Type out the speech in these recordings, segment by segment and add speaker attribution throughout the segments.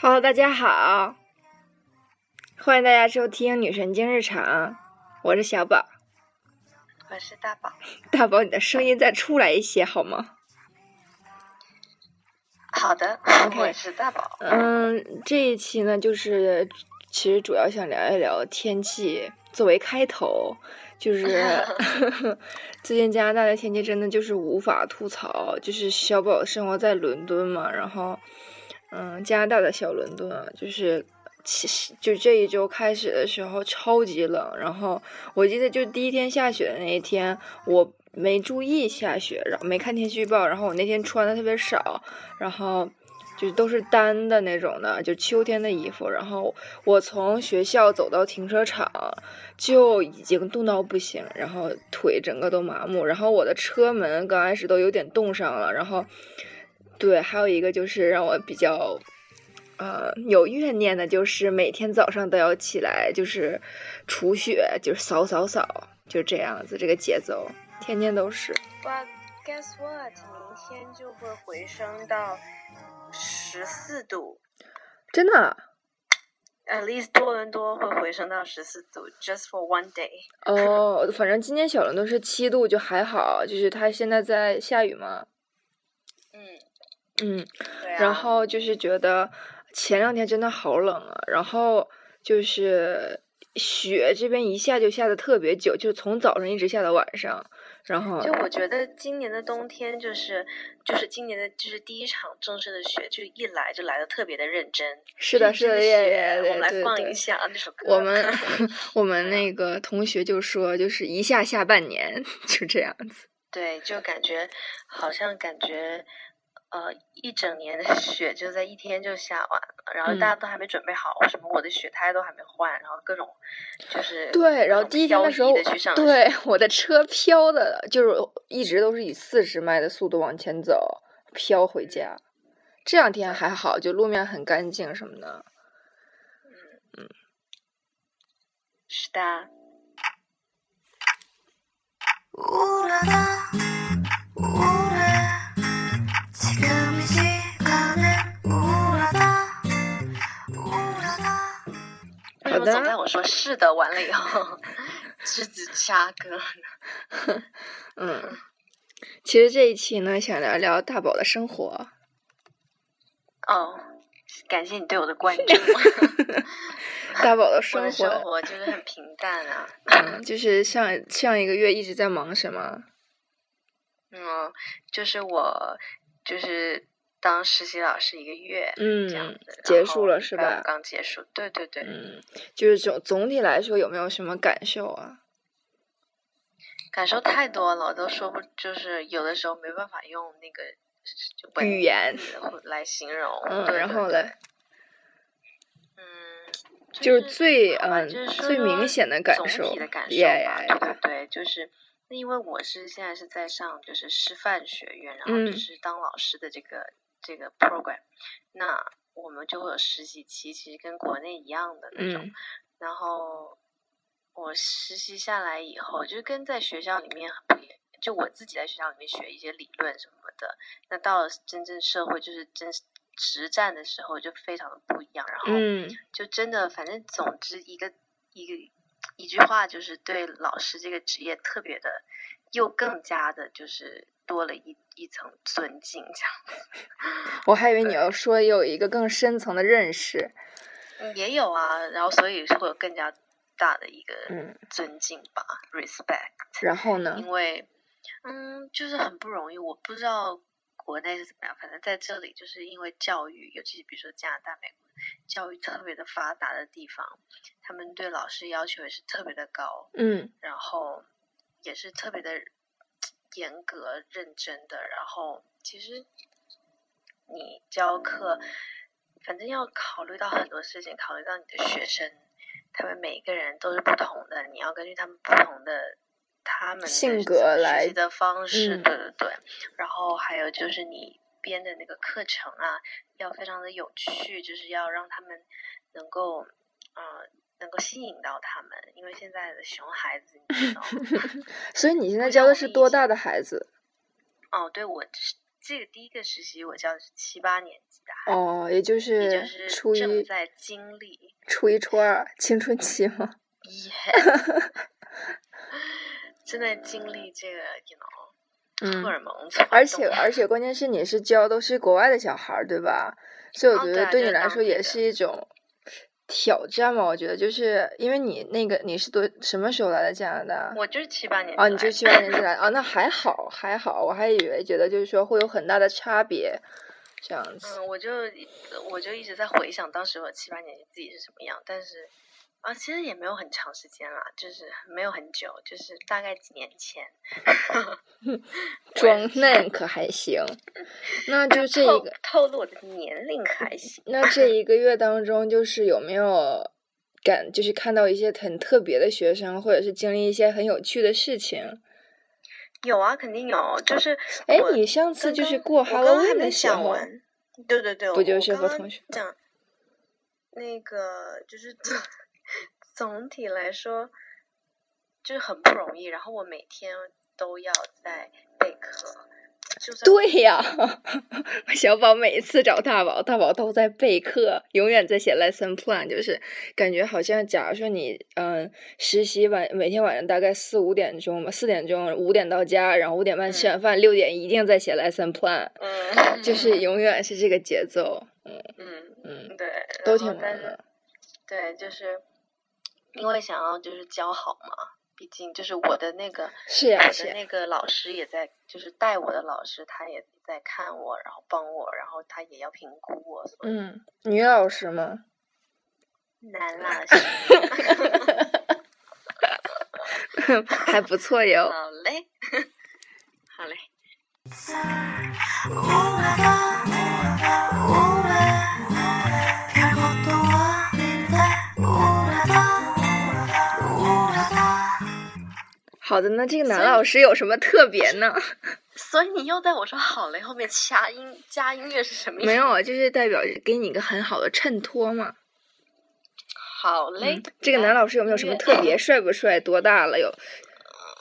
Speaker 1: Hello，大家好，欢迎大家收听《女神经日常》，我是小宝。
Speaker 2: 我呃是大宝。
Speaker 1: 大宝，你的声音再出来一些好吗？
Speaker 2: 好的，我是大宝。
Speaker 1: 嗯，这一期呢，就是其实主要想聊一聊天气，作为开头，就是 最近加拿大的天气真的就是无法吐槽，就是小宝生活在伦敦嘛，然后。嗯，加拿大的小伦敦啊，就是其实就这一周开始的时候超级冷，然后我记得就第一天下雪的那一天，我没注意下雪，然后没看天气预报，然后我那天穿的特别少，然后就都是单的那种的，就秋天的衣服，然后我从学校走到停车场就已经冻到不行，然后腿整个都麻木，然后我的车门刚开始都有点冻上了，然后。对，还有一个就是让我比较，呃，有怨念的，就是每天早上都要起来，就是除雪，就是扫扫扫，就这样子，这个节奏天天都是。
Speaker 2: But guess what？明天就会回升到十四度。
Speaker 1: 真的啊？
Speaker 2: At least 多伦多会回升到十四度，just for one day。
Speaker 1: 哦，反正今天小伦敦是七度，就还好，就是它现在在下雨嘛。
Speaker 2: 嗯，
Speaker 1: 嗯，
Speaker 2: 对啊。
Speaker 1: 然后就是觉得前两天真的好冷啊，然后就是雪这边一下就下的特别久，就从早上一直下到晚上，然后
Speaker 2: 就我觉得今年的冬天就是就是今年的就是第一场正式的雪，就一来就来的特别的认真。
Speaker 1: 是的，
Speaker 2: 认
Speaker 1: 是
Speaker 2: 真
Speaker 1: 的，
Speaker 2: 雪
Speaker 1: 也也
Speaker 2: 我们来
Speaker 1: 对
Speaker 2: 放
Speaker 1: 对
Speaker 2: 一。下那首歌。啊
Speaker 1: 我 们我们那个同学就说，就是一下下半年 就这样子。
Speaker 2: 对，就感觉好像感觉，呃，一整年的 雪就在一天就下完了，然后
Speaker 1: 嗯
Speaker 2: 大家都还没准备好，什么我的雪胎都还没换，然后各种就是
Speaker 1: 对，然后
Speaker 2: 各种
Speaker 1: 第一天
Speaker 2: 漂
Speaker 1: 的时候
Speaker 2: 移地去上，学
Speaker 1: 对我的车飘的，就是一直都是以四十迈的速度往前走，飘回家。这两天还好，就路面很干净什么的。
Speaker 2: 是的，
Speaker 3: 우울하다 우울해 지금 이 시간에 우울하다 우울하다
Speaker 2: 为什么
Speaker 1: 的
Speaker 2: 总看我说是的，完了以后狮子沙哥
Speaker 1: 嗯，其实这一期呢，想聊聊大宝的生 活。
Speaker 2: 哦，感谢你对我 的关注，
Speaker 1: 大宝的
Speaker 2: 我
Speaker 1: 生
Speaker 2: 的
Speaker 1: 活
Speaker 2: 生，活就是很平淡啊。
Speaker 1: 嗯，就是上上一个月一直在忙什么？
Speaker 2: 嗯，就是我就是当实习老师一个月，
Speaker 1: 嗯
Speaker 2: 这样子
Speaker 1: 结
Speaker 2: 然
Speaker 1: 束
Speaker 2: 后
Speaker 1: 了
Speaker 2: 礼
Speaker 1: 是
Speaker 2: 拜五
Speaker 1: 吧
Speaker 2: 刚结束，对对对，
Speaker 1: 嗯，就是总总体来说有没有什么感受啊？
Speaker 2: 感受太多了，我都说不，就是有的时候没办法用那个就文
Speaker 1: 语言
Speaker 2: 字或来形容，
Speaker 1: 嗯，
Speaker 2: 对
Speaker 1: 然
Speaker 2: 对
Speaker 1: 后
Speaker 2: 对
Speaker 1: 嘞，
Speaker 2: 嗯，
Speaker 1: 就是最
Speaker 2: 好吧
Speaker 1: 嗯
Speaker 2: 就是说
Speaker 1: 最
Speaker 2: 说
Speaker 1: 明显的感
Speaker 2: 总
Speaker 1: 受
Speaker 2: 体的感受
Speaker 1: Yeah,
Speaker 2: 吧
Speaker 1: yeah,
Speaker 2: 对对对，就是那因为我是现在是在上就是师范学院，然后
Speaker 1: 嗯
Speaker 2: 就是当老师的这个、这个 program，那我们就会有实习期，其实跟国内一样的那种，
Speaker 1: 嗯
Speaker 2: 然后我实习下来以后，就是跟在学校里面很不一样。就我自己在学校里面学一些理论什么的，那到了真正社会就是真实战的时候就非常的不一样。然后，
Speaker 1: 嗯
Speaker 2: 就真的，反正总之一个一个一句话，就是对老师这个职业特别的，又更加的就是多了一一层尊敬，这
Speaker 1: 我还以为你要说有一个更深层的认识。
Speaker 2: 样也有啊。然后所以会有更加大的一个
Speaker 1: 嗯
Speaker 2: 尊敬吧、r e s p e c t
Speaker 1: 然后呢
Speaker 2: 因？为，嗯，就是很不容易。我不知道国内是怎么样，反正在这里，就是因为教育，尤其是比如说加拿大、美国，教育特别的发达的地方，他们对老师要求也是特别的高，
Speaker 1: 嗯
Speaker 2: 然后也是特别的严格、认真的。然后其实你教课，反正要考虑到很多事情，考虑到你的学生，他们每个人都是不同的，你要根据他们不同的。他们的
Speaker 1: 性
Speaker 2: 学
Speaker 1: 格
Speaker 2: 习
Speaker 1: 来
Speaker 2: 的方式，
Speaker 1: 嗯
Speaker 2: 对对对，然后还有就是你编的那个课程啊，要非常的有趣，就是要让他们能够，呃，能够吸引到他们，因为现在的熊孩子， 你知道吗？
Speaker 1: 所以你现在教的是多大的孩子？
Speaker 2: 哦，对，我是这个第一个实习我教的是七八年级的孩子，
Speaker 1: 哦，也就
Speaker 2: 也就是是
Speaker 1: 初
Speaker 2: 正
Speaker 1: 一、
Speaker 2: 在经 历。
Speaker 1: 初一、初二青春期嘛。
Speaker 2: Yes，正在经历这个，you know，
Speaker 1: 嗯，
Speaker 2: 荷尔蒙躁动。
Speaker 1: 而且而且关键是你是教都是国外的小孩儿，对吧？所以我
Speaker 2: 哦
Speaker 1: 觉
Speaker 2: 对
Speaker 1: 得
Speaker 2: 啊
Speaker 1: 对
Speaker 2: 就
Speaker 1: 你
Speaker 2: 是
Speaker 1: 来
Speaker 2: 当
Speaker 1: 说
Speaker 2: 地
Speaker 1: 也
Speaker 2: 的
Speaker 1: 是一种挑战嘛。我觉得就是因为你那个你是多什么时候来的加拿大？
Speaker 2: 我就是七八年级
Speaker 1: 哦，你
Speaker 2: 来
Speaker 1: 就
Speaker 2: 的
Speaker 1: 七八年级来哦，那还好还好，我还以为觉得就是说会有很大的差别，这样子。
Speaker 2: 嗯，我就我就一直在回想当时我七八年级自己是什么样，但是啊，其实也没有很长时间啦，就是没有很久，就是大概几年前。嗯
Speaker 1: 装嫩可还行，那就这一
Speaker 2: 透
Speaker 1: 个，
Speaker 2: 透露我的年龄还行。
Speaker 1: 那这一个月当中，就是有没有感，就是看到一些很特别的学生，或者是经历一些很有趣的事情？
Speaker 2: 有啊，肯定有，就是
Speaker 1: 哎
Speaker 2: 我，
Speaker 1: 你上次
Speaker 2: 刚
Speaker 1: 就是
Speaker 2: 刚
Speaker 1: 过
Speaker 2: 我刚刚还
Speaker 1: Halloween
Speaker 2: 没
Speaker 1: 的时
Speaker 2: 讲
Speaker 1: 候
Speaker 2: 完对对对，
Speaker 1: 不
Speaker 2: 我
Speaker 1: 就是
Speaker 2: 我
Speaker 1: 和
Speaker 2: 刚刚
Speaker 1: 同学
Speaker 2: 讲那个就是总总体来说就是很不容易，然后我每天都要在备课，就算
Speaker 1: 对呀、 小宝每次找大宝，大宝都在备课，永远在写 lesson plan，就是感觉好像，假如说你嗯实习晚，每天晚上大概四五点钟吧，四点钟五点到家，然后五点半吃
Speaker 2: 嗯
Speaker 1: 晚饭，六点一定在写 lesson plan，
Speaker 2: 嗯，
Speaker 1: 就是永远是这个节奏，
Speaker 2: 嗯
Speaker 1: 嗯，
Speaker 2: 对，然
Speaker 1: 都
Speaker 2: 后
Speaker 1: 挺忙
Speaker 2: 但是
Speaker 1: 的，
Speaker 2: 对，就是因为想要就是教好嘛，毕竟就是我的那个
Speaker 1: 是呀
Speaker 2: 我
Speaker 1: 是啊
Speaker 2: 的
Speaker 1: 呀
Speaker 2: 那个老师也在，就是带我的老师他也在看我，然后帮我，然后他也要评估我，所以
Speaker 1: 嗯，女老师吗？
Speaker 2: 难啦，是
Speaker 1: 还不错哟。
Speaker 2: 好嘞， 好嘞，
Speaker 3: 우울하다 우울해 별것도 아닌데 우울하다 우울하다
Speaker 1: 好的，那这个男
Speaker 2: 所以
Speaker 1: 老师有什么特别呢？
Speaker 2: 所以你又在我说好嘞后面加音加音乐是什么意思？
Speaker 1: 没有，啊，就是代表给你一个很好的衬托嘛。
Speaker 2: 好嘞
Speaker 1: 嗯，这个男老师有没有什么特别？帅不帅？多大了？有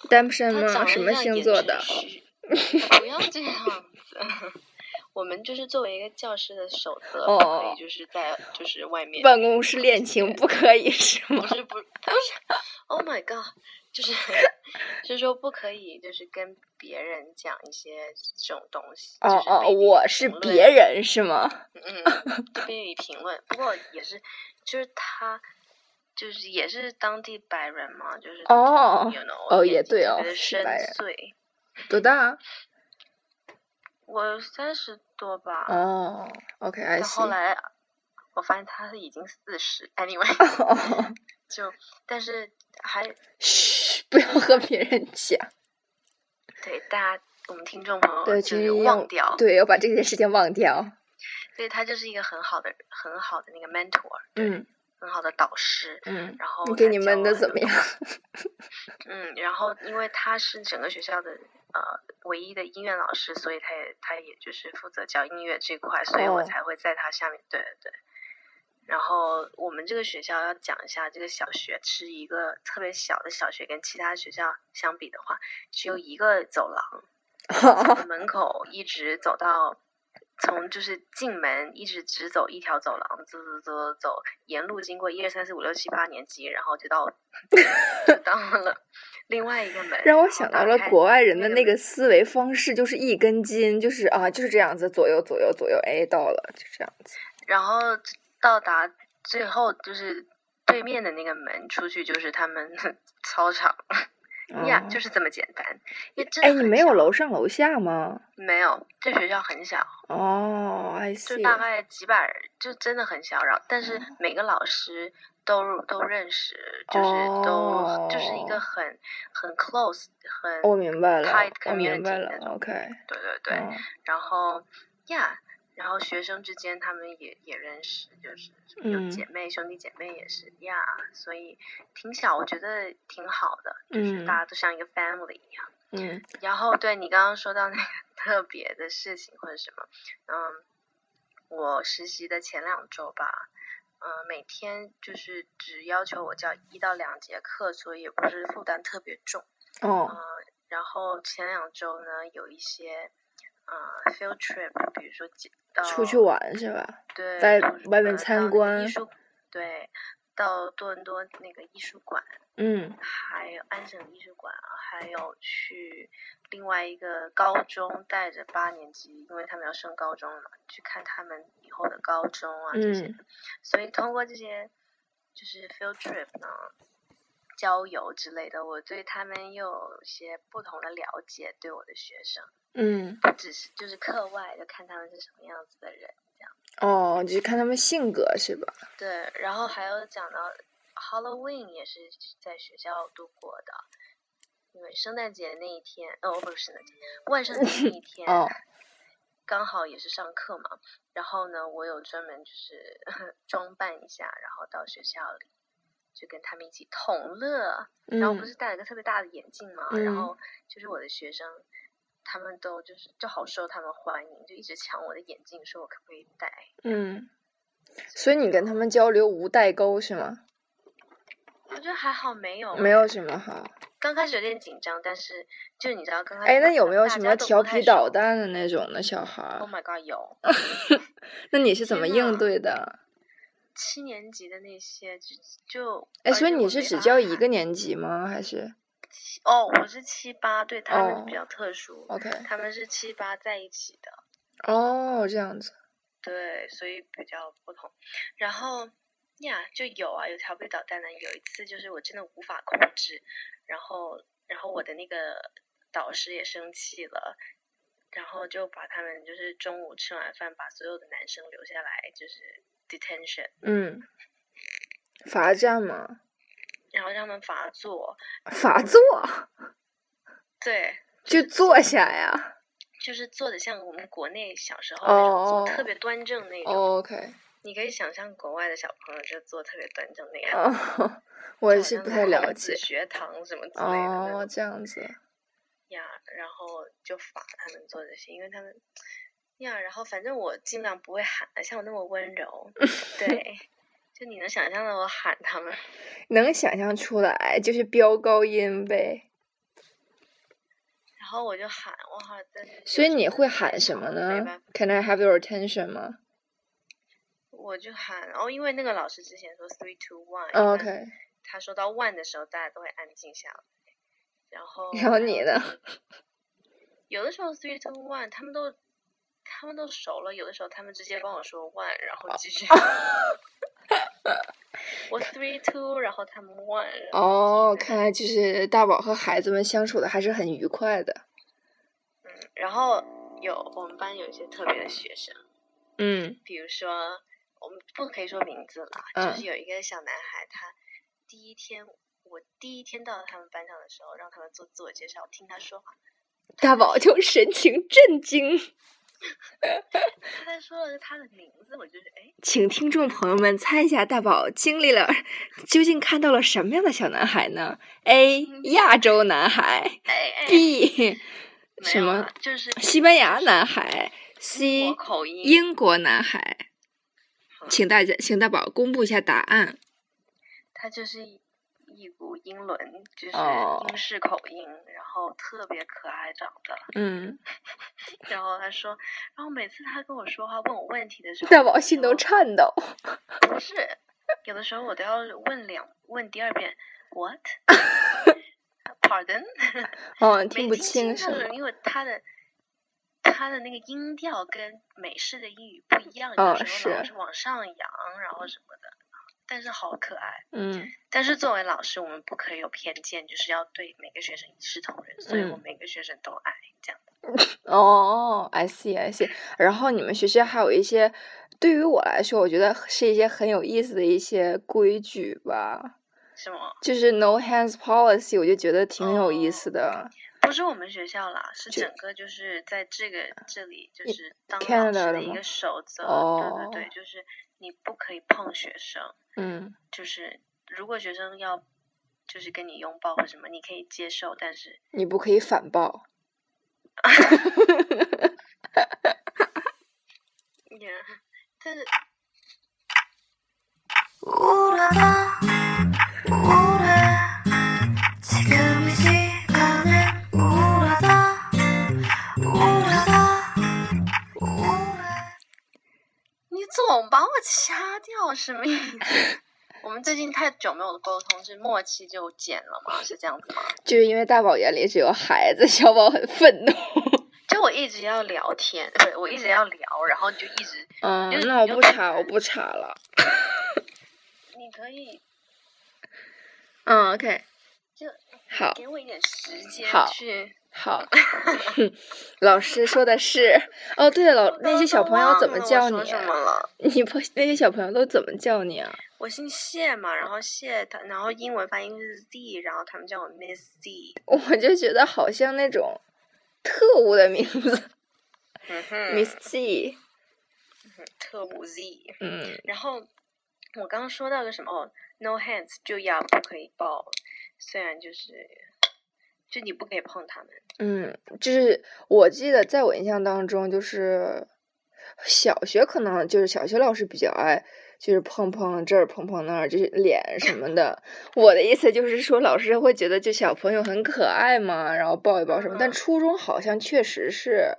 Speaker 1: 单身
Speaker 2: 他
Speaker 1: 吗？
Speaker 2: 长
Speaker 1: 什
Speaker 2: 得
Speaker 1: 么
Speaker 2: 像
Speaker 1: 星
Speaker 2: 言
Speaker 1: 座
Speaker 2: 承
Speaker 1: 的？
Speaker 2: 旭？不要这样子。 我们就是作为一个教师的守则，不可
Speaker 1: 哦
Speaker 2: 以就是在就是外面
Speaker 1: 办公室恋情不可以是
Speaker 2: 不
Speaker 1: 吗？
Speaker 2: 是不是不 是，Oh my god，就是就是说不可以，就是跟别人讲一些这种东西。
Speaker 1: 哦
Speaker 2: 就是
Speaker 1: 哦，
Speaker 2: 被你
Speaker 1: 我是
Speaker 2: 评论
Speaker 1: 别，人是吗？
Speaker 2: 嗯，就被你评论。不过也是，就是他，就是也是当地白人嘛，就是
Speaker 1: 哦
Speaker 2: you know，
Speaker 1: 哦
Speaker 2: 眼
Speaker 1: 也
Speaker 2: 睛
Speaker 1: 对
Speaker 2: 特
Speaker 1: 哦
Speaker 2: 别的
Speaker 1: 是
Speaker 2: 深
Speaker 1: 白人
Speaker 2: 邃。
Speaker 1: 多大？
Speaker 2: 我三十多吧，
Speaker 1: 哦，OK，I
Speaker 2: 但啊后
Speaker 1: see。
Speaker 2: 来我发现他是已经四十，anyway，就但是还
Speaker 1: 嘘，不要和别人讲。
Speaker 2: 对大家。我们听众朋友
Speaker 1: 对，
Speaker 2: 哦就
Speaker 1: 就是是
Speaker 2: 忘
Speaker 1: 要
Speaker 2: 掉，
Speaker 1: 对，要把这件事情忘掉。
Speaker 2: 所以他就是一个很好的、很好的那个 mentor，
Speaker 1: 嗯
Speaker 2: 很好的导师。
Speaker 1: 嗯，
Speaker 2: 然后
Speaker 1: 你给
Speaker 2: 他
Speaker 1: 你
Speaker 2: 哦教
Speaker 1: 们
Speaker 2: 我
Speaker 1: 的
Speaker 2: 很
Speaker 1: 怎么
Speaker 2: 多
Speaker 1: 样？
Speaker 2: 嗯，然后因为他是整个学校的呃唯一的音乐老师，所以他也他也就是负责教音乐这块，所以我
Speaker 1: 哦
Speaker 2: 才会在他下面。对对对。然后我们这个学校要讲一下，这个小学是一个特别小的小学，跟其他学校相比的话，只有一个走廊，从门口一直走到。从就是进门一直直走一条走廊，走走走走走，沿路经过一二三四五六七八年级，然后就到就到了另外一个 门。
Speaker 1: 让我
Speaker 2: 然后
Speaker 1: 想
Speaker 2: 打
Speaker 1: 到了
Speaker 2: 开
Speaker 1: 国外人的
Speaker 2: 那
Speaker 1: 那
Speaker 2: 个
Speaker 1: 个思维方式，就是一根筋，就是啊，就是这样子，左右左右左右，哎，到了，就这样子。
Speaker 2: 然后到达最后就是对面的那个门出去就是他们 操场 呀
Speaker 1: 哦
Speaker 2: 就是这么简单。因为真的
Speaker 1: 哎，你
Speaker 2: 很
Speaker 1: 没有
Speaker 2: 小
Speaker 1: 楼上楼下吗？
Speaker 2: 没有，这学校很小，
Speaker 1: 哦，I
Speaker 2: 就
Speaker 1: see。
Speaker 2: 大概几百人，就真的很小。然后，但是
Speaker 1: 嗯
Speaker 2: 每个老师都都认识，就是都、就是一
Speaker 1: 哦
Speaker 2: 个很很 close，很、
Speaker 1: 我明白了
Speaker 2: tight，
Speaker 1: 我明
Speaker 2: community
Speaker 1: 白
Speaker 2: 那
Speaker 1: 了
Speaker 2: 种
Speaker 1: ，OK。
Speaker 2: 对对对。
Speaker 1: 嗯
Speaker 2: 然后呀然后学生之间他们也也认识，就是有
Speaker 1: 嗯
Speaker 2: 姐妹、兄弟姐妹也是呀所以挺小，我觉得挺好的，就是
Speaker 1: 嗯
Speaker 2: 大家都像一个 family 一样。
Speaker 1: 嗯
Speaker 2: 然后对你刚刚说到那个特别的事情或者什么，嗯，我实习的前两周吧。嗯，每天就是只要求我教一到两节课，所以也不是负担特别重。
Speaker 1: 哦
Speaker 2: 然后前两周呢，有一些呃 field trip，比如说到
Speaker 1: 出去玩是吧？
Speaker 2: 对，
Speaker 1: 在
Speaker 2: 到
Speaker 1: 外面
Speaker 2: 呃
Speaker 1: 参
Speaker 2: 到那个
Speaker 1: 观
Speaker 2: 艺术对，到多伦多那个艺术馆，
Speaker 1: 嗯
Speaker 2: 还有安省艺术馆，啊还有去另外一个高中，带着八年级，因为他们要升高中了嘛，去看他们以后的高中啊这些。
Speaker 1: 嗯
Speaker 2: 所以通过这些就是 field trip 呢，郊游之类的，我对他们又有些不同的了解，对我的学生，
Speaker 1: 嗯，
Speaker 2: 不只是就是课外，就看他们是什么样子的人。
Speaker 1: 哦，就是看他们性格是吧？
Speaker 2: 对，然后还有讲到 Halloween 也是在学校度过的，因为圣诞节那一天，哦，不是圣诞节，万圣节那一天，
Speaker 1: 哦，
Speaker 2: 刚好也是上课嘛。然后呢，我有专门就是 装扮一下，然后到学校里就跟他们一起同乐。然后不
Speaker 1: 嗯
Speaker 2: 是戴了个特别大的眼镜嘛，
Speaker 1: 嗯
Speaker 2: 然后就是我的学生。他们都就是就好受他们欢迎，就一直抢我的眼镜，说我可不可以戴？
Speaker 1: 嗯，所以你跟他们交流无代沟是吗？
Speaker 2: 我觉得还好没有
Speaker 1: 没有什么哈。
Speaker 2: 刚开始有点紧张，但是就你知道刚开始
Speaker 1: 哎，那
Speaker 2: 大
Speaker 1: 有没有
Speaker 2: 大
Speaker 1: 什
Speaker 2: 家
Speaker 1: 么
Speaker 2: 都不
Speaker 1: 调
Speaker 2: 太
Speaker 1: 皮捣
Speaker 2: 熟
Speaker 1: 蛋的那种的小孩儿
Speaker 2: ？Oh？my god，有
Speaker 1: 那你是怎么
Speaker 2: 天
Speaker 1: 应
Speaker 2: 呐
Speaker 1: 对的？
Speaker 2: 七年级的那些就就
Speaker 1: 哎，
Speaker 2: 而
Speaker 1: 所以
Speaker 2: 且
Speaker 1: 你
Speaker 2: 呃我
Speaker 1: 是
Speaker 2: 没
Speaker 1: 只
Speaker 2: 法
Speaker 1: 教一
Speaker 2: 喊
Speaker 1: 个年级吗？还是
Speaker 2: 七哦，我是七八，对他们
Speaker 1: 哦
Speaker 2: 比较特殊，
Speaker 1: OK？
Speaker 2: 他们是七八在一起的，
Speaker 1: 哦，这样子。
Speaker 2: 对，所以比较不同。然后呀，就有啊，有调皮捣蛋的。有一次就是我真的无法控制，然后然后我的那个导师也生气了，然后就把他们就是中午吃完饭把所有的男生留下来，就是 detention，
Speaker 1: 嗯，罚站吗？
Speaker 2: 然后让他们罚坐。
Speaker 1: 罚坐，
Speaker 2: 对，
Speaker 1: 就坐下呀。
Speaker 2: 就是坐的像我们国内小时候那种
Speaker 1: 哦
Speaker 2: 坐
Speaker 1: 哦
Speaker 2: 特别端正那种。
Speaker 1: OK，
Speaker 2: 你可以想象国外的小朋友就坐特别端正那样。
Speaker 1: 哦，我
Speaker 2: 就好
Speaker 1: 是
Speaker 2: 像
Speaker 1: 不
Speaker 2: 那
Speaker 1: 太
Speaker 2: 种
Speaker 1: 了
Speaker 2: 孔子
Speaker 1: 解。
Speaker 2: 学堂什么之类的那
Speaker 1: 哦，
Speaker 2: 种
Speaker 1: 这样子。
Speaker 2: 呀，然后就罚他们做这些，因为他们呀，然后反正我尽量不会喊，像我那么 温柔，对，就你能想象的我喊他们，
Speaker 1: 能想象出来，就是飙高音呗。
Speaker 2: 然后我就喊，我好像真的有
Speaker 1: 所以
Speaker 2: 时候
Speaker 1: 你
Speaker 2: 真
Speaker 1: 会
Speaker 2: 的太
Speaker 1: 喊什
Speaker 2: 吵
Speaker 1: 么
Speaker 2: 了没办
Speaker 1: 呢
Speaker 2: 法
Speaker 1: ？Can I have your attention 吗
Speaker 2: 我就喊，然、后因为那个老师之前说 three two one，一般
Speaker 1: 哦？OK，
Speaker 2: 他说到 one 的时候，大家都会安静下来，然后
Speaker 1: 然后
Speaker 2: 还
Speaker 1: 你
Speaker 2: 有
Speaker 1: 呢？
Speaker 2: 有的时候 three two one，他们都他们都熟了，有的时候他们直接帮我说 one，然后继续。我 three two，然后他们 one，然后
Speaker 1: 哦，看来就是大宝和孩子们相处的还是很愉快的。
Speaker 2: 嗯，然后有我们班有一些特别的学生，
Speaker 1: 嗯
Speaker 2: 比如说我们不可以说名字啦，
Speaker 1: 嗯
Speaker 2: 就是有一个小男孩，他第一天我第一天到他们班上的时候，让他们做自我介绍，我听他说话，
Speaker 1: 大宝就神情震惊，
Speaker 2: 他在说了他的名字，我就是哎，
Speaker 1: 请听众朋友们猜一下，大宝经历了究竟看到了什么样的小男孩呢？A. 亚洲男孩
Speaker 2: 哎嗯哎，
Speaker 1: ，B.
Speaker 2: 没
Speaker 1: 什
Speaker 2: 有
Speaker 1: 么
Speaker 2: 啊就是
Speaker 1: 西班牙男孩，C.
Speaker 2: 我口音
Speaker 1: 英国男孩，
Speaker 2: 好
Speaker 1: 请大家，请大宝公布一下答案。
Speaker 2: 他就是一一股英伦，就是
Speaker 1: 哦
Speaker 2: 英式口音，然后特别可爱长得。
Speaker 1: 嗯，
Speaker 2: 然后他说，然后每次他跟我说话问我问题的时候，
Speaker 1: 大宝心都
Speaker 2: 有的时
Speaker 1: 颤抖。
Speaker 2: 候不是，有的时候我都要问两问第二遍 what 。Pardon，
Speaker 1: 哦，
Speaker 2: 没
Speaker 1: 听不清
Speaker 2: 他
Speaker 1: 是
Speaker 2: 的
Speaker 1: 吗？
Speaker 2: 因为他的他的那个音调跟美式的英语不一样，
Speaker 1: 哦
Speaker 2: 有时候老
Speaker 1: 是
Speaker 2: 是往上扬，然后什么的，但是好可爱。
Speaker 1: 嗯
Speaker 2: 但是作为老师，我们不可以有偏见，就是要对每个学生一视同仁，所以我
Speaker 1: 嗯
Speaker 2: 每个学生都爱这样。
Speaker 1: 哦，I see I see。然后你们学校还有一些，对于我来说，我觉得是一些很有意思的一些规矩吧，
Speaker 2: 是吗？
Speaker 1: 就是 no hands policy，我就觉得挺有意思
Speaker 2: 哦
Speaker 1: 的。
Speaker 2: 不是我们学校啦，是
Speaker 1: 就
Speaker 2: 整个就是在这个这里就
Speaker 1: 一
Speaker 2: 是当老
Speaker 1: Canada
Speaker 2: 师
Speaker 1: 的
Speaker 2: 一
Speaker 1: 吗
Speaker 2: 个守则。
Speaker 1: 哦
Speaker 2: 对对对，就是你不可以碰学生，
Speaker 1: 嗯
Speaker 2: 就是如果学生要就是跟你拥抱或什么，你可以接受，但是
Speaker 1: 你不可以反报。
Speaker 2: 你啊但是
Speaker 3: 우울하다 우울해 지금 이 시간엔 우울하다 우울하다
Speaker 2: 总把我掐掉什么 意思？我们最近太久没有沟通，是默契就减了吗？是这样子吗？
Speaker 1: 就是因为大宝眼里只有孩子，小宝很 愤怒。
Speaker 2: 就我一直要聊天，对我一直要聊，然后你就一直，
Speaker 1: 嗯
Speaker 2: 因为，
Speaker 1: 那我
Speaker 2: 你就
Speaker 1: 不
Speaker 2: 感
Speaker 1: 查，
Speaker 2: 觉
Speaker 1: 我不查了。
Speaker 2: 你可以
Speaker 1: 嗯，OK，
Speaker 2: 就
Speaker 1: 好，
Speaker 2: 给我一点时间
Speaker 1: 好
Speaker 2: 去。
Speaker 1: 好， 老师说的是。哦，对了，老那些小朋友怎么叫
Speaker 2: 我都忘了我
Speaker 1: 你
Speaker 2: 说
Speaker 1: 啊
Speaker 2: 什？么了？
Speaker 1: 你不那些小朋友都怎么叫你啊？
Speaker 2: 我姓谢嘛，然后谢他，然后英文发音是 Z，然后他们叫我 Miss Z。
Speaker 1: 我就觉得好像那种特务的名字、
Speaker 2: 嗯
Speaker 1: m i
Speaker 2: 哼，
Speaker 1: s G。
Speaker 2: 特务 Z。
Speaker 1: 嗯，
Speaker 2: 然后我刚刚说到个什么、哦、，No hands 就要不可以抱，虽然就是就你不可以碰他们。
Speaker 1: 嗯，就是我记得，在我印象当中，就是小学可能就是小学老师比较爱，就是碰碰这儿碰碰那儿，就是脸什么的。我的意思就是说，老师会觉得就小朋友很可爱嘛，然后抱一抱什么。但
Speaker 2: 嗯
Speaker 1: 初中好像确实是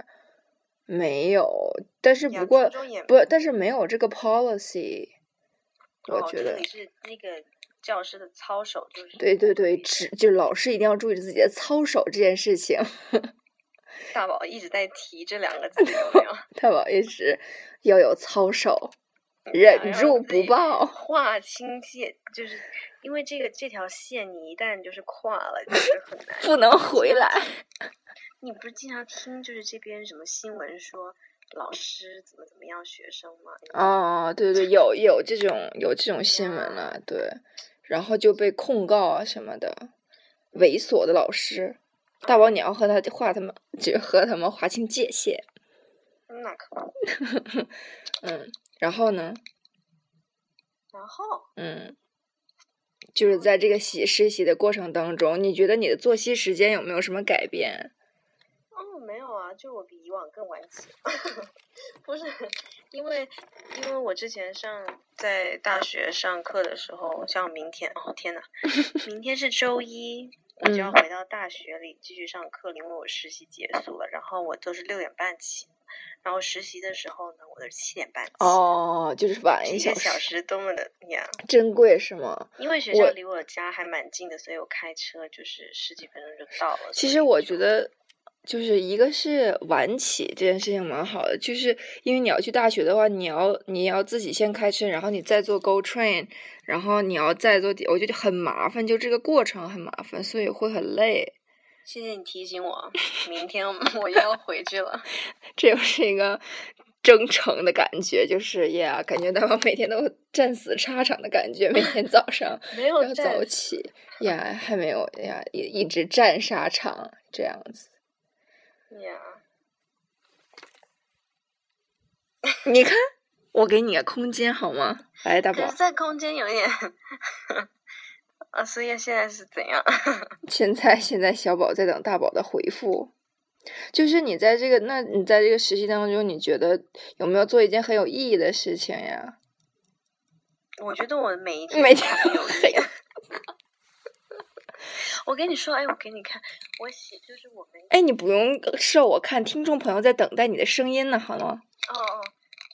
Speaker 1: 没有，但是
Speaker 2: 呀
Speaker 1: 不过
Speaker 2: 初中也
Speaker 1: 不，但是没有这个 policy，我
Speaker 2: 哦
Speaker 1: 觉
Speaker 2: 就
Speaker 1: 得。
Speaker 2: 你是那个教师的操守，就是
Speaker 1: 对对对，只就老师一定要注意自己的操守这件事情。
Speaker 2: 大宝一直在提这两个字，有没有？
Speaker 1: 太不好意思，要有操守，忍住不
Speaker 2: 报，
Speaker 1: 报。
Speaker 2: 划清界，就是因为这个这条线，你一旦就是跨了，就是很难。
Speaker 1: 不能回 来。
Speaker 2: 你不是经常听就是这边什么新闻说老师怎么怎么样学生吗？
Speaker 1: 哦，对对，有有这种有这种新闻了，对，然后就被控告啊什么的，猥琐的老师，大宝你要和他划他们，就和他们划清界限。
Speaker 2: 那可不。
Speaker 1: 嗯，然后呢，
Speaker 2: 然后
Speaker 1: 嗯，就是在这个习实习的过程当中，你觉得你的作息时间有没有什么改变？
Speaker 2: 哦，没有啊，就我比以往更晚起， 不是因为因为我之前上在大学上课的时候，像明天哦 天呐，明天是周一，我
Speaker 1: 嗯
Speaker 2: 就要回到大学里继续上课了，因为我实习结束了，然后我都是六点半起，然后实习的时候呢，我都是七点半起，
Speaker 1: 哦，就是晚
Speaker 2: 这
Speaker 1: 一
Speaker 2: 一
Speaker 1: 小
Speaker 2: 个小
Speaker 1: 时，
Speaker 2: 时多么的呀！
Speaker 1: 珍贵是吗？
Speaker 2: 因为学
Speaker 1: 我
Speaker 2: 校离我家还蛮近的，所以我开车就是十几分钟就到了。
Speaker 1: 其
Speaker 2: 所
Speaker 1: 实
Speaker 2: 以
Speaker 1: 我
Speaker 2: 就
Speaker 1: 觉得，就是一个是晚起这件事情蛮好的，就是因为你要去大学的话，你要你要自己先开车，然后你再坐 GO Train，然后你要再坐地，我觉得很麻烦，就这个过程很麻烦，所以会很累。
Speaker 2: 谢谢你提醒我， 明天我又要回去 了。
Speaker 1: 这又是一个征程的感觉，就是呀感觉大宝每天都战死沙场的感觉，每天早 上
Speaker 2: 没有
Speaker 1: 要早
Speaker 2: 站
Speaker 1: 起呀，还没有呀，一一直战沙场这样子。
Speaker 2: 呀，
Speaker 1: 你看，我给你个空间好吗？来，大
Speaker 2: 可
Speaker 1: 宝
Speaker 2: 是，在空间有一点啊，所以现在是怎样？
Speaker 1: 现在现在小宝在等大宝的回复。就是你在这个，那你在这个实习当中，你觉得有没有做一件很有意义的事情 呀？
Speaker 2: 我觉得我每一天
Speaker 1: 每
Speaker 2: 都
Speaker 1: 天
Speaker 2: 很
Speaker 1: 都
Speaker 2: 有
Speaker 1: 很
Speaker 2: 意义。 我跟你说，哎，我给你看，我写就是我们
Speaker 1: 哎，你不用设我看，听众朋友在等待你的声音呢，好吗？
Speaker 2: 哦哦，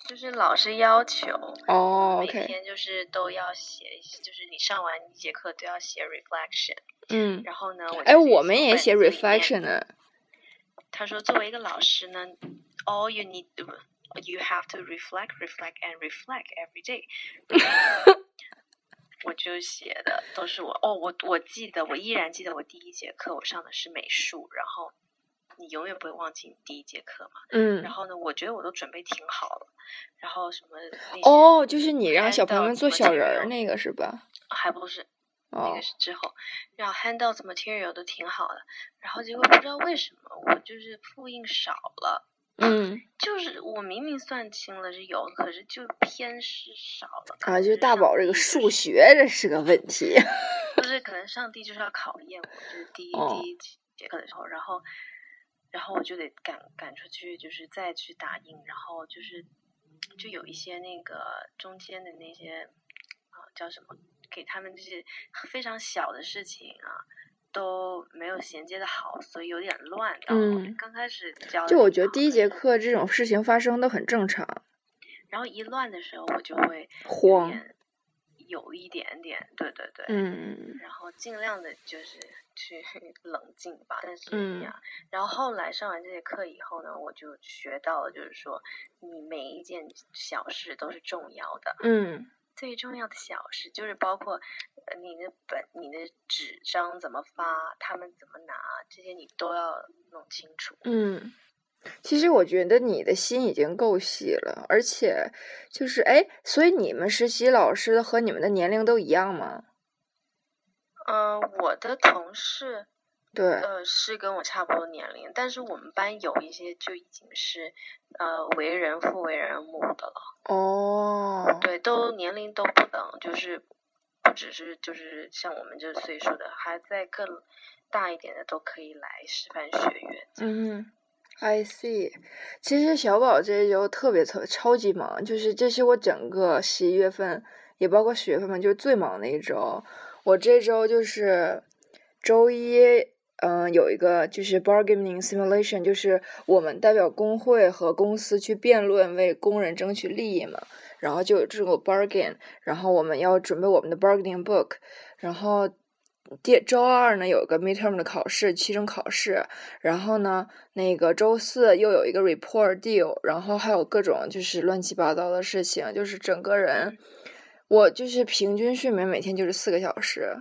Speaker 2: 就是老师要求
Speaker 1: 哦
Speaker 2: 每
Speaker 1: ，OK，
Speaker 2: 天就是都要写一些，就是你上完一节课都要写 reflection。
Speaker 1: 嗯，
Speaker 2: 然后呢，我
Speaker 1: 哎，
Speaker 2: 就自己
Speaker 1: 我们
Speaker 2: 从
Speaker 1: 也
Speaker 2: 本
Speaker 1: 写
Speaker 2: 子里面
Speaker 1: reflection 呢。
Speaker 2: 他说，作为一个老师呢，all you need to you have to reflect, reflect and reflect every day 。我就写的都是我哦，我我记得，我依然记得我第一节课我上的是美术，然后你永远不会忘记你第一节课嘛。
Speaker 1: 嗯
Speaker 2: 然，后呢，我觉得我都准备挺好了，然后什么那些
Speaker 1: 哦，就是你让小朋友
Speaker 2: handout
Speaker 1: 们做
Speaker 2: material
Speaker 1: 小人儿那个是吧？
Speaker 2: 还不是那
Speaker 1: 哦
Speaker 2: 个，是之后，然后 handouts material 都挺好的，然后结果不知道为什么我就是复印少了。
Speaker 1: 嗯，
Speaker 2: 就是我明明算清了是有，可是就偏是少了。可
Speaker 1: 啊，
Speaker 2: 能
Speaker 1: 就是大
Speaker 2: 上
Speaker 1: 宝这
Speaker 2: 帝
Speaker 1: 个
Speaker 2: 就是
Speaker 1: 数学这是个问题。
Speaker 2: 不是，可能上帝就是要考验我，就是第一、
Speaker 1: 哦
Speaker 2: 第一节课的时候，然后，然后我就得赶赶出去，就是再去打印，然后就是就有一些那个中间的那些啊、叫什么，给他们就是非常小的事情啊。都没有衔接的好，所以有点乱到我。
Speaker 1: 嗯
Speaker 2: 刚开始教得
Speaker 1: 就我
Speaker 2: 挺
Speaker 1: 觉得
Speaker 2: 好
Speaker 1: 第一
Speaker 2: 的
Speaker 1: 节课这种事情发生的很正常。
Speaker 2: 然后一乱的时候，我就会有
Speaker 1: 慌，
Speaker 2: 点有一点点，对对对，
Speaker 1: 嗯
Speaker 2: 然后尽量的就是去 冷静吧。但是
Speaker 1: 嗯
Speaker 2: 呀，然后后来上完这节课以后呢，我就学到了，就是说你每一件小事都是重要的，
Speaker 1: 嗯
Speaker 2: 最重要的小事就是包括呃你的本、你的纸张怎么发，他们怎么拿，这些你都要弄清楚。
Speaker 1: 嗯。其实我觉得你的心已经够细了，而且就是哎，所以你们实习老师和你们的年龄都一样吗？
Speaker 2: 嗯、我的同事
Speaker 1: 对，
Speaker 2: 呃是跟我差不多年龄，但是我们班有一些就已经是呃为人父为人母的了。
Speaker 1: 哦，
Speaker 2: 对，都年龄都不等，就是不只是就是像我们这岁数的，还在更大一点的都可以来师范学院。
Speaker 1: 嗯，I see。其实小宝这一周特别特超级忙，就是这是我整个十一月份，也包括十月份吧，就是最忙的一周。我这周就是周一，嗯，有一个就是 bargaining simulation，就是我们代表工会和公司去辩论，为工人争取利益嘛。然后就有这种 bargain，然后我们要准备我们的 bargaining book，然后第周二呢有一个 midterm 的考试，期中考试，然后呢那个周四又有一个 report deal，然后还有各种就是乱七八糟的事情，就是整个人我就是平均睡眠每天就是四个小时。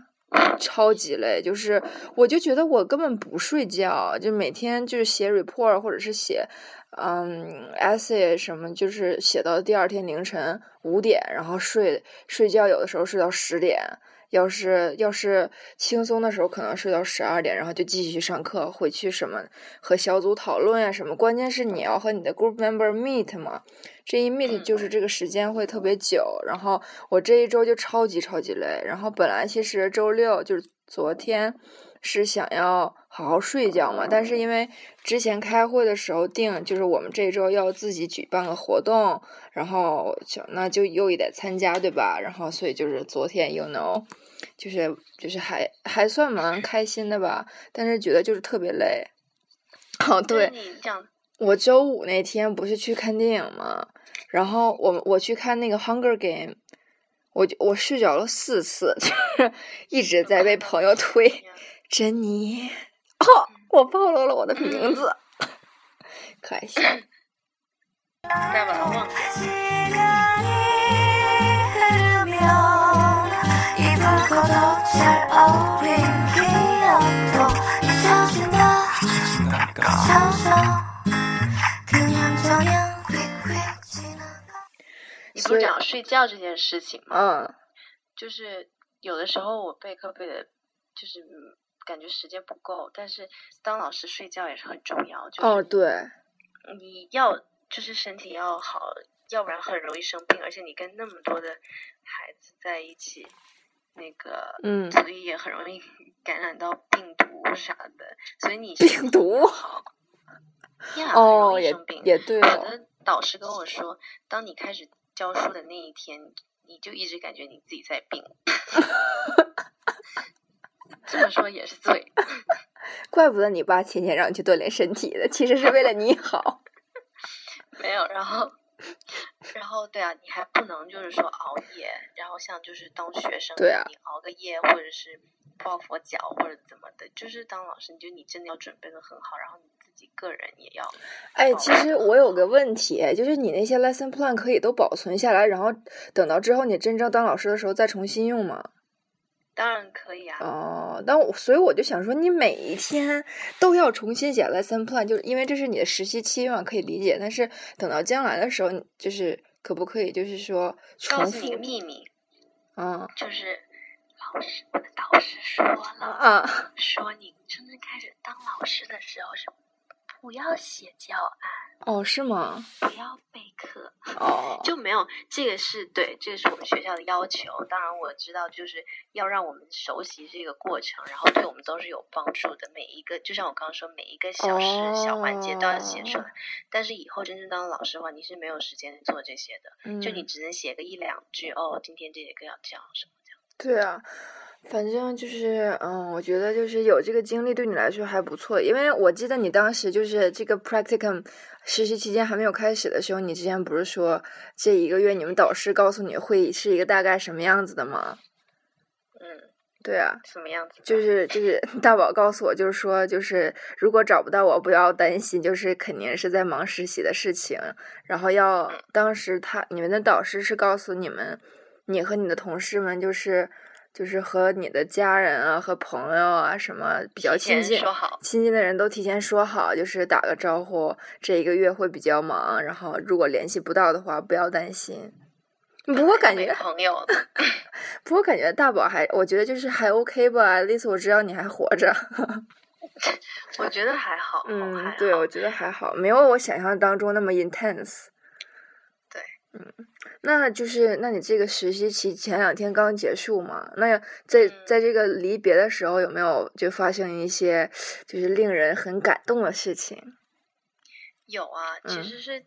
Speaker 1: 超级累，就是我就觉得我根本不睡觉，就每天就是写 report 或者是写嗯，essay 什么就是写到第二天凌晨五点，然后睡睡觉，有的时候睡到十点。要是要是轻松的时候，可能睡到十二点，然后就继续去上课，回去什么和小组讨论呀、什么。关键是你要和你的 group member meet 嘛，这一 meet
Speaker 2: 嗯
Speaker 1: 就是这个时间会特别久。然后我这一周就超级超级累。然后本来其实周六就是昨天是想要好好睡觉嘛，但是因为之前开会的时候定，就是我们这周要自己举办个活动，然后就那就又得参加，对吧？然后所以就是昨天又能，就是就是还还算蛮开心的吧，但是觉得就是特别累。 哦，
Speaker 2: 就是
Speaker 1: 对，
Speaker 2: 你讲，
Speaker 1: 我周五那天不是去看电影吗？然后我我去看那个《Hunger Game》，我就我睡着了四次， 就是一直在被朋友推。珍妮，哦，我暴露了我的名字，可爱心。
Speaker 2: 再把它忘了。
Speaker 3: 시간이 흐르면 이불 걷어 잘 어울린 기억도 잊혀진다 점점 그냥 저냥 휙휙 지나가
Speaker 2: 你不
Speaker 1: 所
Speaker 2: 是
Speaker 1: 以
Speaker 2: 讲睡觉这件事情吗？
Speaker 1: 嗯
Speaker 2: 就是有的时候我备课备的，就是嗯感觉时间不够，但是当老师睡觉也是很重要。就是、
Speaker 1: 哦，对，
Speaker 2: 你要就是身体要好，要不然很容易生病，而且你跟那么多的孩子在一起，那个
Speaker 1: 嗯
Speaker 2: 所以也很容易感染到病毒啥的，所以你
Speaker 1: 病毒
Speaker 2: 呀很
Speaker 1: 哦，
Speaker 2: 容易
Speaker 1: 也
Speaker 2: 生病。
Speaker 1: 也对
Speaker 2: 我
Speaker 1: 哦，
Speaker 2: 的导师跟我说，当你开始教书的那一天，你就一直感觉你自己在病。 这么说也是对，
Speaker 1: 怪不得你爸天天让你去锻炼身体的，其实是为了你好。
Speaker 2: 没有，然后，然后对啊，你还不能就是说熬夜，然后像就是当学生，
Speaker 1: 对啊
Speaker 2: 你熬个夜或者是抱佛脚或者怎么的，就是当老师，你就你真的要准备的很好，然后你自己个人也要，
Speaker 1: 哎，其实我有个问题，就是你那些 lesson plan 可以都保存下来，然后等到之后你真正当老师的时候再重新用吗？
Speaker 2: 当然可以啊，
Speaker 1: 哦，但我所以我就想说，你每一天都要重新写 lesson plan，就是因为这是你的实习期嘛，可以理解。但是等到将来的时候，你就是可不可以就是说
Speaker 2: 告
Speaker 1: 重
Speaker 2: 诉你
Speaker 1: 复
Speaker 2: 个？秘密，
Speaker 1: 嗯
Speaker 2: 就是老师，我的导师说
Speaker 1: 啊
Speaker 2: 了，
Speaker 1: 啊，
Speaker 2: 说你真正开始当老师的时候是不要写教案，
Speaker 1: 哦，是吗？
Speaker 2: 不要备课，
Speaker 1: 哦，
Speaker 2: 就没有这个是对，这个是我们学校的要求。当然我知道，就是要让我们熟悉这个过程，然后对我们都是有帮助的。每一个，就像我刚刚说，每一个小时、小环节都要写
Speaker 1: 哦
Speaker 2: 出来。但是以后真正当老师的话，你是没有时间做这些的，就你
Speaker 1: 嗯
Speaker 2: 只能写个一两句哦，今天这节课要讲什么。
Speaker 1: 对啊，反正就是，嗯，我觉得就是有这个经历对你来说还不错，因为我记得你当时就是这个 practicum 实习期间还没有开始的时候，你之前不是说这一个月你们导师告诉你会是一个大概什么样子的吗？
Speaker 2: 嗯，
Speaker 1: 对啊，
Speaker 2: 什么样子的？
Speaker 1: 就是就是 大宝告诉我，就是说就是如果找不到我，不要担心，就是肯定是在忙实习的事情，然后要
Speaker 2: 嗯
Speaker 1: 当时他你们的导师是告诉你们，你和你的同事们就是就是和你的家人啊和朋友啊什么比较
Speaker 2: 提前
Speaker 1: 亲近。
Speaker 2: 说好，
Speaker 1: 亲近的人都提前说好，就是打个招呼，这一个月会比较忙，然后如果联系不到的话，不要担心。不过感
Speaker 2: 没
Speaker 1: 觉
Speaker 2: 朋友的，
Speaker 1: 不过感觉大宝还，我觉得就是还 OK 吧，at least 我知道你还活着。
Speaker 2: 我觉得还好，
Speaker 1: 嗯
Speaker 2: 还，
Speaker 1: 对，
Speaker 2: 好
Speaker 1: 我觉得还好，没有我想象当中那么 intense。
Speaker 2: 对，
Speaker 1: 嗯，那就是，那你这个实习期前两天刚结束嘛？那在
Speaker 2: 嗯
Speaker 1: 在这个离别的时候，有没有就发生一些就是令人很感动的事情？
Speaker 2: 有啊，其
Speaker 1: 嗯
Speaker 2: 实是，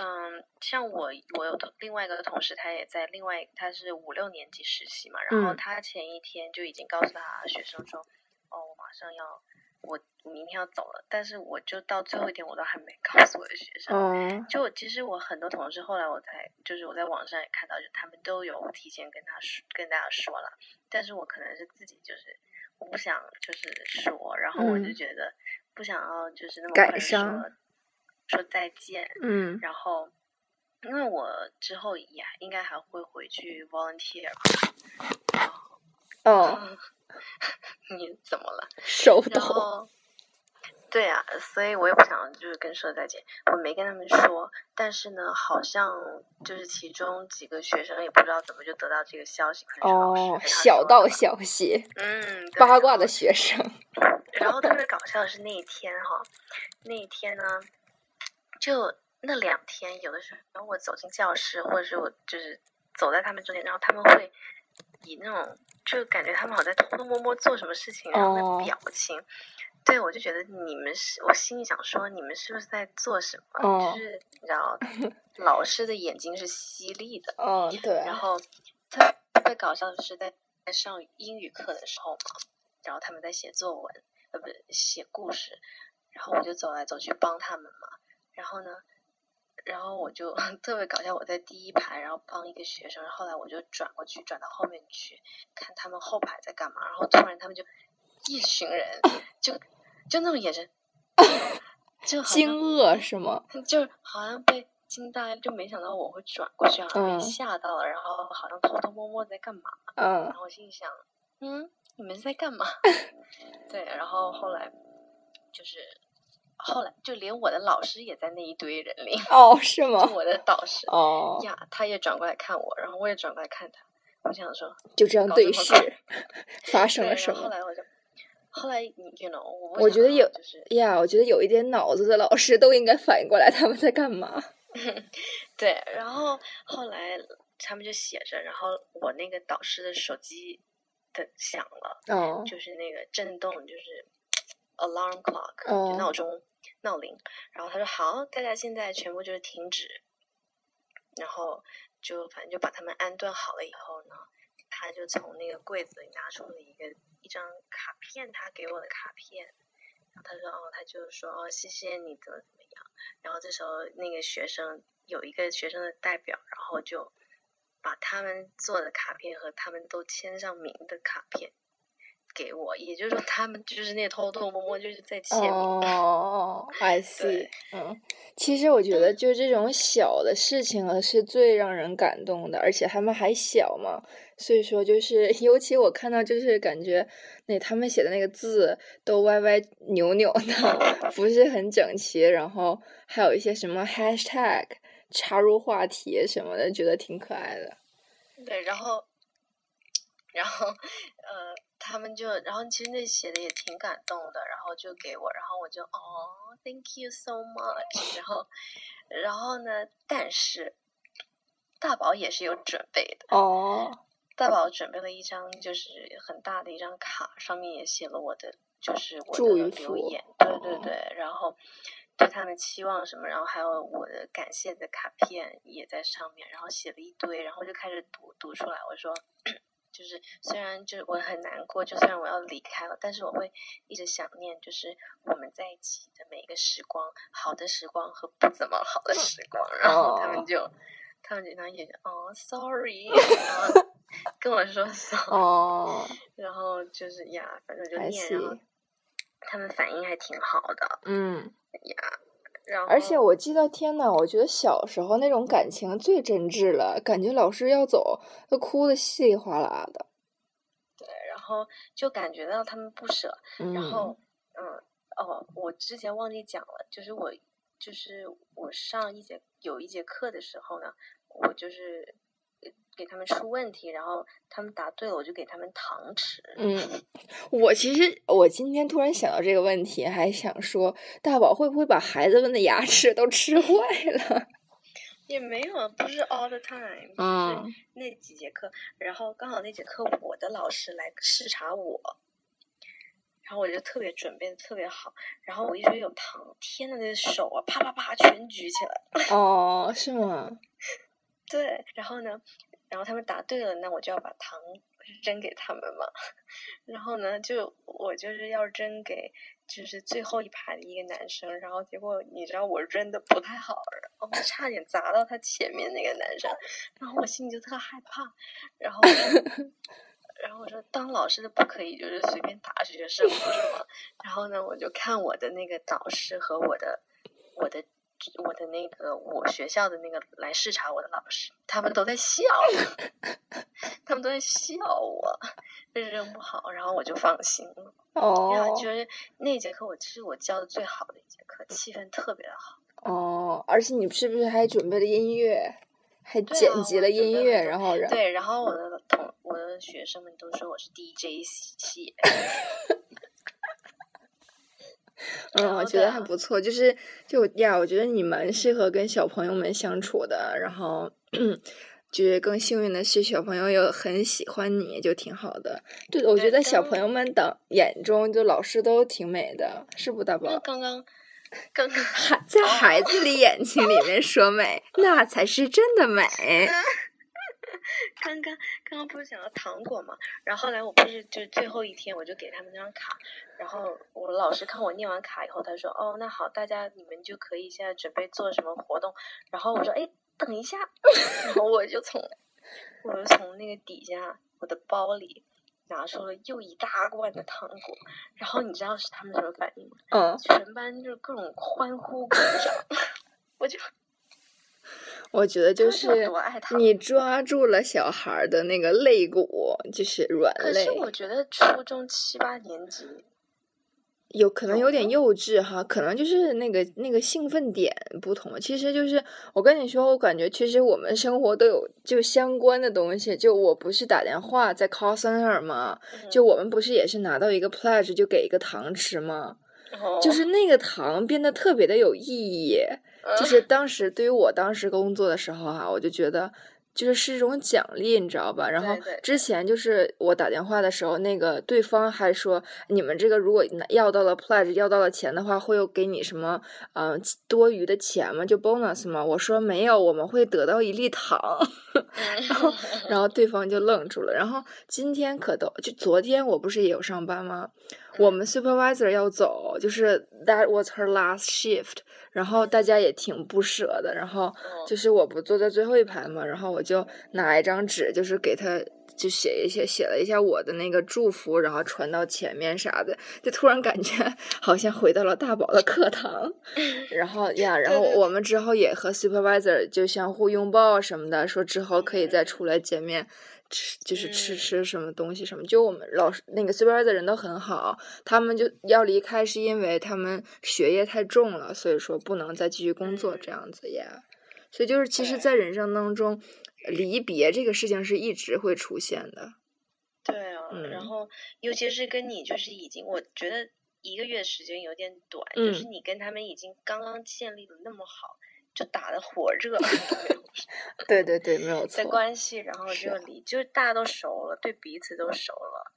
Speaker 2: 嗯，像我，我有同另外一个同事，他也在另外，他是五六年级实习嘛，然后
Speaker 1: 嗯
Speaker 2: 他前一天就已经告诉他学生说，哦，我马上要，我我明天要走了，但是我就到最后一天，我都还没告诉我的学生。
Speaker 1: 哦，
Speaker 2: 就其实我很多同事后来我才就是我在网上也看到，就他们都有提前跟他说跟大家说了，但是我可能是自己就是我不想就是说，然后我就
Speaker 1: 嗯
Speaker 2: 觉得不想要就是那么
Speaker 1: 感
Speaker 2: 快地
Speaker 1: 伤
Speaker 2: 说说再见，
Speaker 1: 嗯
Speaker 2: 然后因为我之后也应该还会回去 volunteer，
Speaker 1: 哦，
Speaker 2: 你怎么了？
Speaker 1: 手
Speaker 2: 然
Speaker 1: 抖。
Speaker 2: 后，对啊，所以我也不想就是跟说再见，我没跟他们说。但是呢，好像就是其中几个学生也不知道怎么就得到这个消息，可能是老师
Speaker 1: 哦，
Speaker 2: 跟他
Speaker 1: 小
Speaker 2: 说
Speaker 1: 道
Speaker 2: 的吧
Speaker 1: 消息，
Speaker 2: 嗯，对
Speaker 1: 八卦的。学生。
Speaker 2: 然后然后特别搞笑的是那一天哈，那一天呢，就那两天，有的时候我走进教室，或者是我就是走在他们中间，然后他们会以那种就感觉他们好像在偷偷摸摸做什么事情，然后
Speaker 1: 哦
Speaker 2: 那表情。对，我就觉得你们是，我心里想说，你们是不是在做什么？
Speaker 1: 哦
Speaker 2: 就是你知道，老师的眼睛是犀利的，
Speaker 1: 嗯，对啊。
Speaker 2: 然后特特别搞笑的是在，在上英语课的时候，然后他们在写作文，呃，不是写故事，然后我就走来走去帮他们嘛。然后呢，然后我就 特别搞笑，我在第一排，然后帮一个学生，然后后来我就转过去，转到后面去看他们后排在干嘛，然后突然他们就一群人就就那种眼神，就好像
Speaker 1: 惊愕是吗？
Speaker 2: 就好像被惊到，就没想到我会转过去，然后
Speaker 1: 嗯
Speaker 2: 被吓到了，然后好像偷偷摸摸在干嘛，
Speaker 1: 嗯
Speaker 2: 然，后我心里想，嗯，你们在干嘛？ 对，然后后来就是后来就连我的老师也在那一堆人里，
Speaker 1: 哦，是吗
Speaker 2: 就？我的导师
Speaker 1: 哦，
Speaker 2: 呀，他也转过来看我，然后我也转过来看他，我想说，
Speaker 1: 就这样
Speaker 2: 搞
Speaker 1: 对
Speaker 2: 这么
Speaker 1: 视
Speaker 2: 快，
Speaker 1: 发生
Speaker 2: 对，
Speaker 1: 了什
Speaker 2: 然后后
Speaker 1: 么？
Speaker 2: 来我就。后来你 you know，我不
Speaker 1: 我觉得
Speaker 2: 想
Speaker 1: 有
Speaker 2: 就是
Speaker 1: 呀我觉得有一点脑子的老师都应该反应过来他们在干嘛。
Speaker 2: 对，然后后来他们就写着，然后我那个导师的手机的响了，
Speaker 1: 哦，
Speaker 2: 就是那个震动，就是 alarm clock，、
Speaker 1: 哦
Speaker 2: 就闹钟闹铃。然后他说好，大家现在全部就是停止，然后就反正就把他们安顿好了以后呢，他就从那个柜子里拿出了一个一张卡片，他给我的卡片。然后他说哦，他就说哦，谢谢你怎么怎么样。然后这时候那个学生有一个学生的代表，然后就把他们做的卡片和他们都签上名的卡片给我，也就是说他们就是那偷偷摸摸就是在签名。
Speaker 1: 哦，I see。嗯，其实我觉得就这种小的事情啊，是最让人感动的，而且他们还小嘛，所以说就是， 尤其我看到就是感觉那他们写的那个字都歪歪扭扭的， 不是很整齐，然后还有一些什么 hashtag 插入话题什么的，觉得挺可爱的。
Speaker 2: 对，然后，然后，呃，他们就，然后其实那写的也挺感动的，然后就给我，然后我就哦，thank you so much，然后，然后呢，但是大宝也是有准备的，
Speaker 1: 哦，
Speaker 2: 大宝准备了一张就是很大的一张卡，上面也写了我的就是我
Speaker 1: 祝
Speaker 2: 的
Speaker 1: 语
Speaker 2: 留
Speaker 1: 符
Speaker 2: 言，对对
Speaker 1: 哦
Speaker 2: 对，然后对他们期望什么，然后还有我的感谢的卡片也在上面，然后写了一堆，然后就开始读读出来，我说就是虽然就是我很难过，就算我要离开了，但是我会一直想念，就是我们在一起的每一个时光，好的时光和不怎么好的时光。然后他
Speaker 1: 哦
Speaker 2: 们就，他们经常也 哦，sorry，然后跟我说 sorry，
Speaker 1: 哦，
Speaker 2: 然后就是呀，反正就
Speaker 1: I
Speaker 2: 念，然后
Speaker 1: see
Speaker 2: 他们反应还挺好的
Speaker 1: 嗯，
Speaker 2: 呀。然后
Speaker 1: 而且我记得，天呐，我觉得小时候那种感情最真挚了，感觉老师要走都哭的稀里哗啦的。
Speaker 2: 然后就感觉到他们不舍，
Speaker 1: 嗯，
Speaker 2: 然后，嗯，哦，我之前忘记讲了，就是我，就是我上一节有一节课的时候呢，我就是呃给他们出问题，然后他们答对了，我就给他们糖吃。
Speaker 1: 嗯，我其实我今天突然想到这个问题，还想说，大宝会不会把孩子们的牙齿都吃坏了？
Speaker 2: 也没有，不是 all the time，就
Speaker 1: 嗯
Speaker 2: 是那几节课，然后刚好那节课我的老师来视察我，然后我就特别准备的特别好，然后我一觉得有糖，天呐，那手啊啪啪啪全举起来。
Speaker 1: 哦，是吗？
Speaker 2: 对，然后呢，然后他们答对了，那我就要把糖扔给他们嘛。 然后呢，就我就是要扔给就是最后一排的一个男生，然后结果你知道我扔的不太好，然后我差点砸到他前面那个男生，然后我心里就特害怕，然后我说然后我说当老师的不可以就是随便打学生，不是吗？ 然后呢，我就看我的那个导师和我的我的我的那个我学校的那个来视察我的老师，他们都在笑，他们都在笑我，这扔不好，然后我就放心了。然后
Speaker 1: 哦
Speaker 2: 啊就是那节课，我是我教的最好的一节课，气氛特别的好。
Speaker 1: 哦，而且你是不是还准备了音乐，还
Speaker 2: 对
Speaker 1: 剪
Speaker 2: 啊
Speaker 1: 辑
Speaker 2: 我
Speaker 1: 了
Speaker 2: 准备
Speaker 1: 音
Speaker 2: 了
Speaker 1: 乐，
Speaker 2: 很
Speaker 1: 然后让
Speaker 2: 对，然后我的同我的学生们都说我是 DJ 系，
Speaker 1: 嗯，我
Speaker 2: 后
Speaker 1: 觉
Speaker 2: 对
Speaker 1: 得
Speaker 2: 啊
Speaker 1: 很不错，就是就呀，我觉得你蛮适合跟小朋友们相处的，然后就是更幸运的是小朋友又很喜欢你，就挺好的。对，我觉
Speaker 2: 对
Speaker 1: 得小
Speaker 2: 刚
Speaker 1: 朋友们的眼中，就老师都挺美的，是不，大
Speaker 2: 因为
Speaker 1: 宝？
Speaker 2: 刚刚刚刚
Speaker 1: 孩在孩子的眼睛里面说美，那才是真的 美。
Speaker 2: 刚刚刚刚不是讲到糖果嘛，然后后来我不是就最后一天我就给他们那张卡，然后我老师看我念完卡以后，他说哦那好，大家你们就可以现在准备做什么活动，然后我说哎等一下， 然后我就从我就从那个底下我的包里拿出了又一大罐的糖果，然后你知道是他们什么反应吗？
Speaker 1: 嗯，
Speaker 2: 全班就是各种欢呼鼓掌， 我就
Speaker 1: 我觉得
Speaker 2: 他
Speaker 1: 就
Speaker 2: 们有
Speaker 1: 是
Speaker 2: 多爱糖
Speaker 1: 你抓住了小孩儿的那个肋骨，就是软
Speaker 2: 可
Speaker 1: 肋
Speaker 2: 是。我觉得初中七八年级，
Speaker 1: 有可能有
Speaker 2: 有吗
Speaker 1: 点幼稚哈，可能就是那个那个兴奋点不同。其实就是我跟你说，我感觉其实我们生活都有就相关的东西。就我不是打电话在 call center 吗？
Speaker 2: 嗯
Speaker 1: 就我们不是也是拿到一个 pledge 就给一个糖吃吗？
Speaker 2: 嗯
Speaker 1: 就是那个糖变得特别的有意义。就
Speaker 2: 嗯
Speaker 1: 是当时对于我当时工作的时候哈、我就觉得就是是一种奖励，你知道吧？然后
Speaker 2: 对对
Speaker 1: 之前就是我打电话的时候，那个对方还说你们这个如果拿要到了 pledge 要到了钱的话，会有给你什么嗯、呃多余的钱吗？就 bonus 吗？我说没有，我们会得到一粒糖。
Speaker 2: 嗯
Speaker 1: 然后对方就愣住了。然后今天可都就昨天我不是也有上班吗？我们 supervisor 要走，就是 that was her last shift，然后大家也挺不舍的。然后
Speaker 2: 哦
Speaker 1: 就是我不坐在最后一排嘛，然后我就拿一张纸，就是给他就写一些写了一下我的那个祝福，然后传到前面啥的，就突然感觉 好像回到了大宝的课 堂。然后呀，然后
Speaker 2: 对对
Speaker 1: 我们之后也和 supervisor 就相互拥抱什么的，说之后可以再出来见面，吃就是吃
Speaker 2: 嗯
Speaker 1: 吃什么东西什么。就我们老师那个 supervisor 人都很好，他们就要离开是因为他们学业太重了，所以说不能再继续工作
Speaker 2: 嗯
Speaker 1: 这样子呀。所以就是其实，
Speaker 2: 对
Speaker 1: 在人生当中，离别这个事情是一直会出现的。
Speaker 2: 对啊，
Speaker 1: 嗯
Speaker 2: 然后尤其是跟你就是已经，我觉得一个月时间有点短，就是
Speaker 1: 嗯
Speaker 2: 你跟他们已经刚刚建立的那么好，就打的火 热
Speaker 1: 对对对，没有
Speaker 2: 的
Speaker 1: 错。
Speaker 2: 关系，然后
Speaker 1: 是
Speaker 2: 就
Speaker 1: 啊
Speaker 2: 离，就是大家都熟了，对彼此都熟了。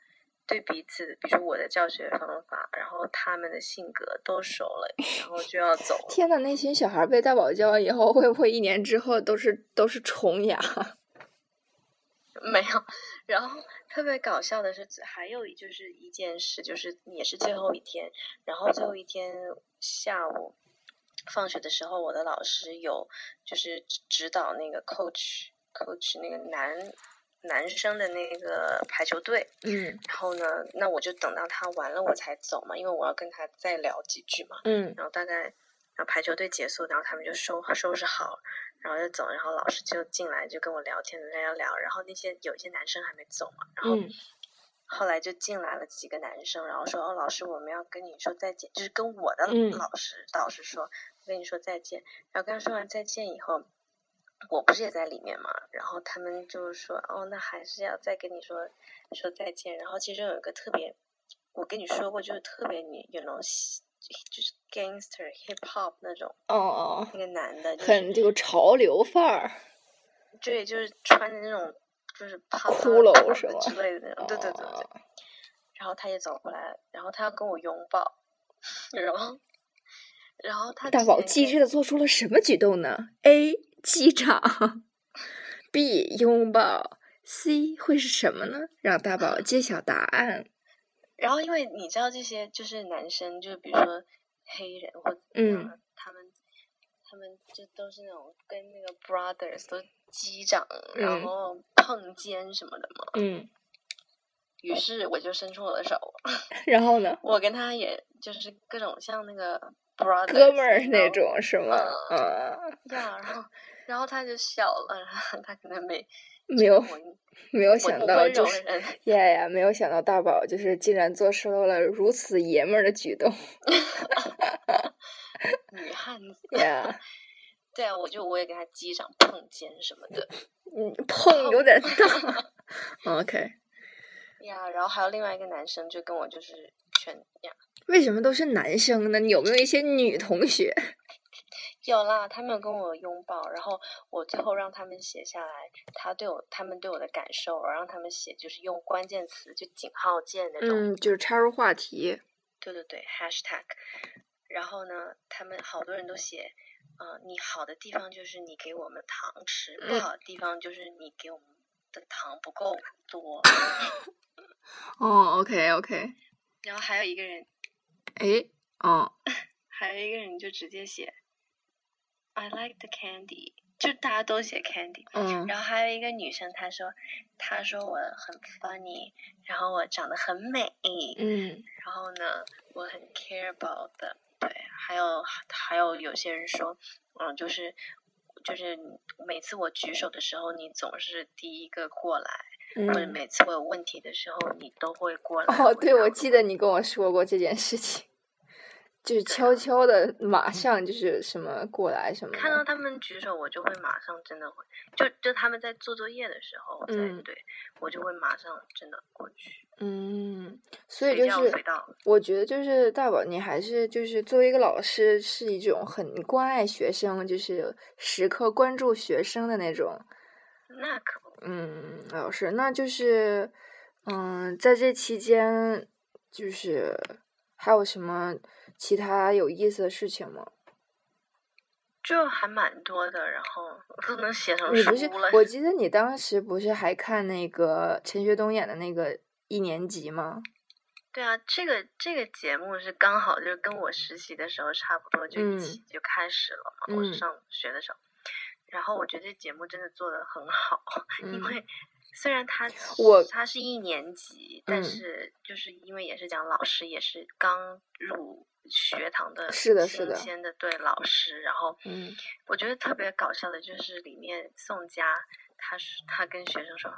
Speaker 2: 对彼此，比如说我的教学方法，然后他们的性格都熟了，然后就要走了。
Speaker 1: 天呐，那群小孩啊 被大宝教完以后，会不会一年之后都是都是虫牙？
Speaker 2: 没有。然后特别搞笑的是，还有一就是一件事，就是也是最后一天，然后最后一天下午放学的时候，我的老师有就是指导那个 coach coach 那个男男生的那个排球队，
Speaker 1: 嗯
Speaker 2: 然后呢，那我就等到他完了我才走嘛，因为我要跟他再聊几句嘛。
Speaker 1: 嗯
Speaker 2: 然后大概，然后排球队结束，然后他们就收收拾好，然后就走，然后老师就进来就跟我聊天聊聊，然后那些有一些男生还没走嘛，然后
Speaker 1: 嗯
Speaker 2: 后来就进来了几个男生，然后说哦老师我们要跟你说再见，就是跟我的
Speaker 1: 嗯
Speaker 2: 老师、导师说跟你说再见，然后跟他说完再见以后。我不是也在里面嘛，然后他们就是说，哦，那还是要再跟你说说再见。然后其中有一个特别，我跟你说过，就是特别你有那种就是 gangster hip hop 那种
Speaker 1: 哦哦，
Speaker 2: 那个男的，就是
Speaker 1: 很这个潮流范儿。
Speaker 2: 对，就是穿着那种就是帕帕
Speaker 1: 骷髅
Speaker 2: 帕
Speaker 1: 是
Speaker 2: 的
Speaker 1: 吗
Speaker 2: 之类的那种，对对对对
Speaker 1: 哦。
Speaker 2: 然后他也走过来，然后他要跟我拥抱， 然后然后他
Speaker 1: 大
Speaker 2: 之
Speaker 1: 宝
Speaker 2: 前
Speaker 1: 机
Speaker 2: 跟
Speaker 1: 智的做出了什么举动呢？A. 击掌，B. 拥抱，C. 会是什么呢？让大宝揭晓答案。
Speaker 2: 然后因为你知道这些就是男生，就比如说黑人或者怎么样
Speaker 1: 嗯
Speaker 2: 的他们他们就都是那种跟那个 brothers 都击掌，然
Speaker 1: 嗯
Speaker 2: 后碰肩什么的嘛。
Speaker 1: 嗯，
Speaker 2: 于是我就伸出我的手，
Speaker 1: 然后呢？
Speaker 2: 我跟他也就是各种像那个 brother
Speaker 1: 哥们儿那种是吗？
Speaker 2: 呃
Speaker 1: 嗯，
Speaker 2: 呀，然后然后他就笑了，然后他可能没
Speaker 1: 没有
Speaker 2: 我
Speaker 1: 没有
Speaker 2: 我
Speaker 1: 想
Speaker 2: 我
Speaker 1: 到
Speaker 2: 温
Speaker 1: 就
Speaker 2: 柔的
Speaker 1: 是。
Speaker 2: 人，
Speaker 1: 呀呀！没有想到大宝就是竟然做出了如此爷们儿的举 动
Speaker 2: 女汉子。
Speaker 1: 呀！
Speaker 2: 对啊，我就我也给他击掌碰肩什么 的
Speaker 1: 嗯，碰有点大。OK，
Speaker 2: 呀，然后还有另外一个男生就跟我就是全呀，
Speaker 1: 为什么都是男生呢？你有没有一些女同学？
Speaker 2: 有啦，他们跟我拥抱，然后我最后让他们写下来他对我他们对我的感受，我让他们写就是用关键词就井号键那种，
Speaker 1: 嗯，就是插入话题。
Speaker 2: 对对对，#hashtag。然后呢，他们好多人都写，呃，你好的地方就是你给我们糖吃，不
Speaker 1: 嗯
Speaker 2: 好的地方就是你给我们的糖不够 多。
Speaker 1: 哦，OK OK，
Speaker 2: 然后还有一个人，
Speaker 1: 哎，哦，
Speaker 2: 还有一个人就直接写，I like the candy，就大家都写 candy。
Speaker 1: 嗯，
Speaker 2: 然后还有一个女生，她说，她说我很 funny，然后我长得很美，
Speaker 1: 嗯，
Speaker 2: 然后呢，我很 care about 的，对，还有还有有些人说，嗯，就是就是每次我举手的时候，你总是第一个过来，或者
Speaker 1: 嗯，
Speaker 2: 每次我有问题的时候，你都会过来。
Speaker 1: 哦，对，我
Speaker 2: 让
Speaker 1: 记得你跟我说过这件事情，就是悄悄的，马上就是什么过来什么
Speaker 2: 看到
Speaker 1: 的，
Speaker 2: 他们举手，我就会马上真的会，就就他们在做作业的时候，我才
Speaker 1: 嗯
Speaker 2: 对我就会马上真的过去，
Speaker 1: 嗯，所以
Speaker 2: 随
Speaker 1: 就
Speaker 2: 叫
Speaker 1: 是
Speaker 2: 随到。
Speaker 1: 我觉得就是大宝，你还是就是作为一个老师，是一种很关爱学生，就是时刻关注学生的那种，
Speaker 2: 那可不，
Speaker 1: 嗯，老师，那就是，嗯，在这期间，就是还有什么其他有意思的事情吗？
Speaker 2: 就还蛮多的，然后都能写成
Speaker 1: 你
Speaker 2: 书
Speaker 1: 不是，
Speaker 2: 了。
Speaker 1: 我记得你当时不是还看那个陈学冬演的那个一年级吗？
Speaker 2: 对啊，这个这个节目是刚好就是跟我实习的时候差不多，就一
Speaker 1: 嗯
Speaker 2: 起就开始了嘛。我
Speaker 1: 嗯
Speaker 2: 是上学的时候，然后我觉得这节目真的做的很好，
Speaker 1: 嗯
Speaker 2: 因为虽然它
Speaker 1: 我
Speaker 2: 它是一年级，但
Speaker 1: 嗯
Speaker 2: 是就是因为也是讲老师也是刚入学堂的
Speaker 1: 是的是的
Speaker 2: 新鲜的对老师，然后
Speaker 1: 嗯
Speaker 2: 我觉得特别搞笑的就是里面宋佳他是他跟学生说，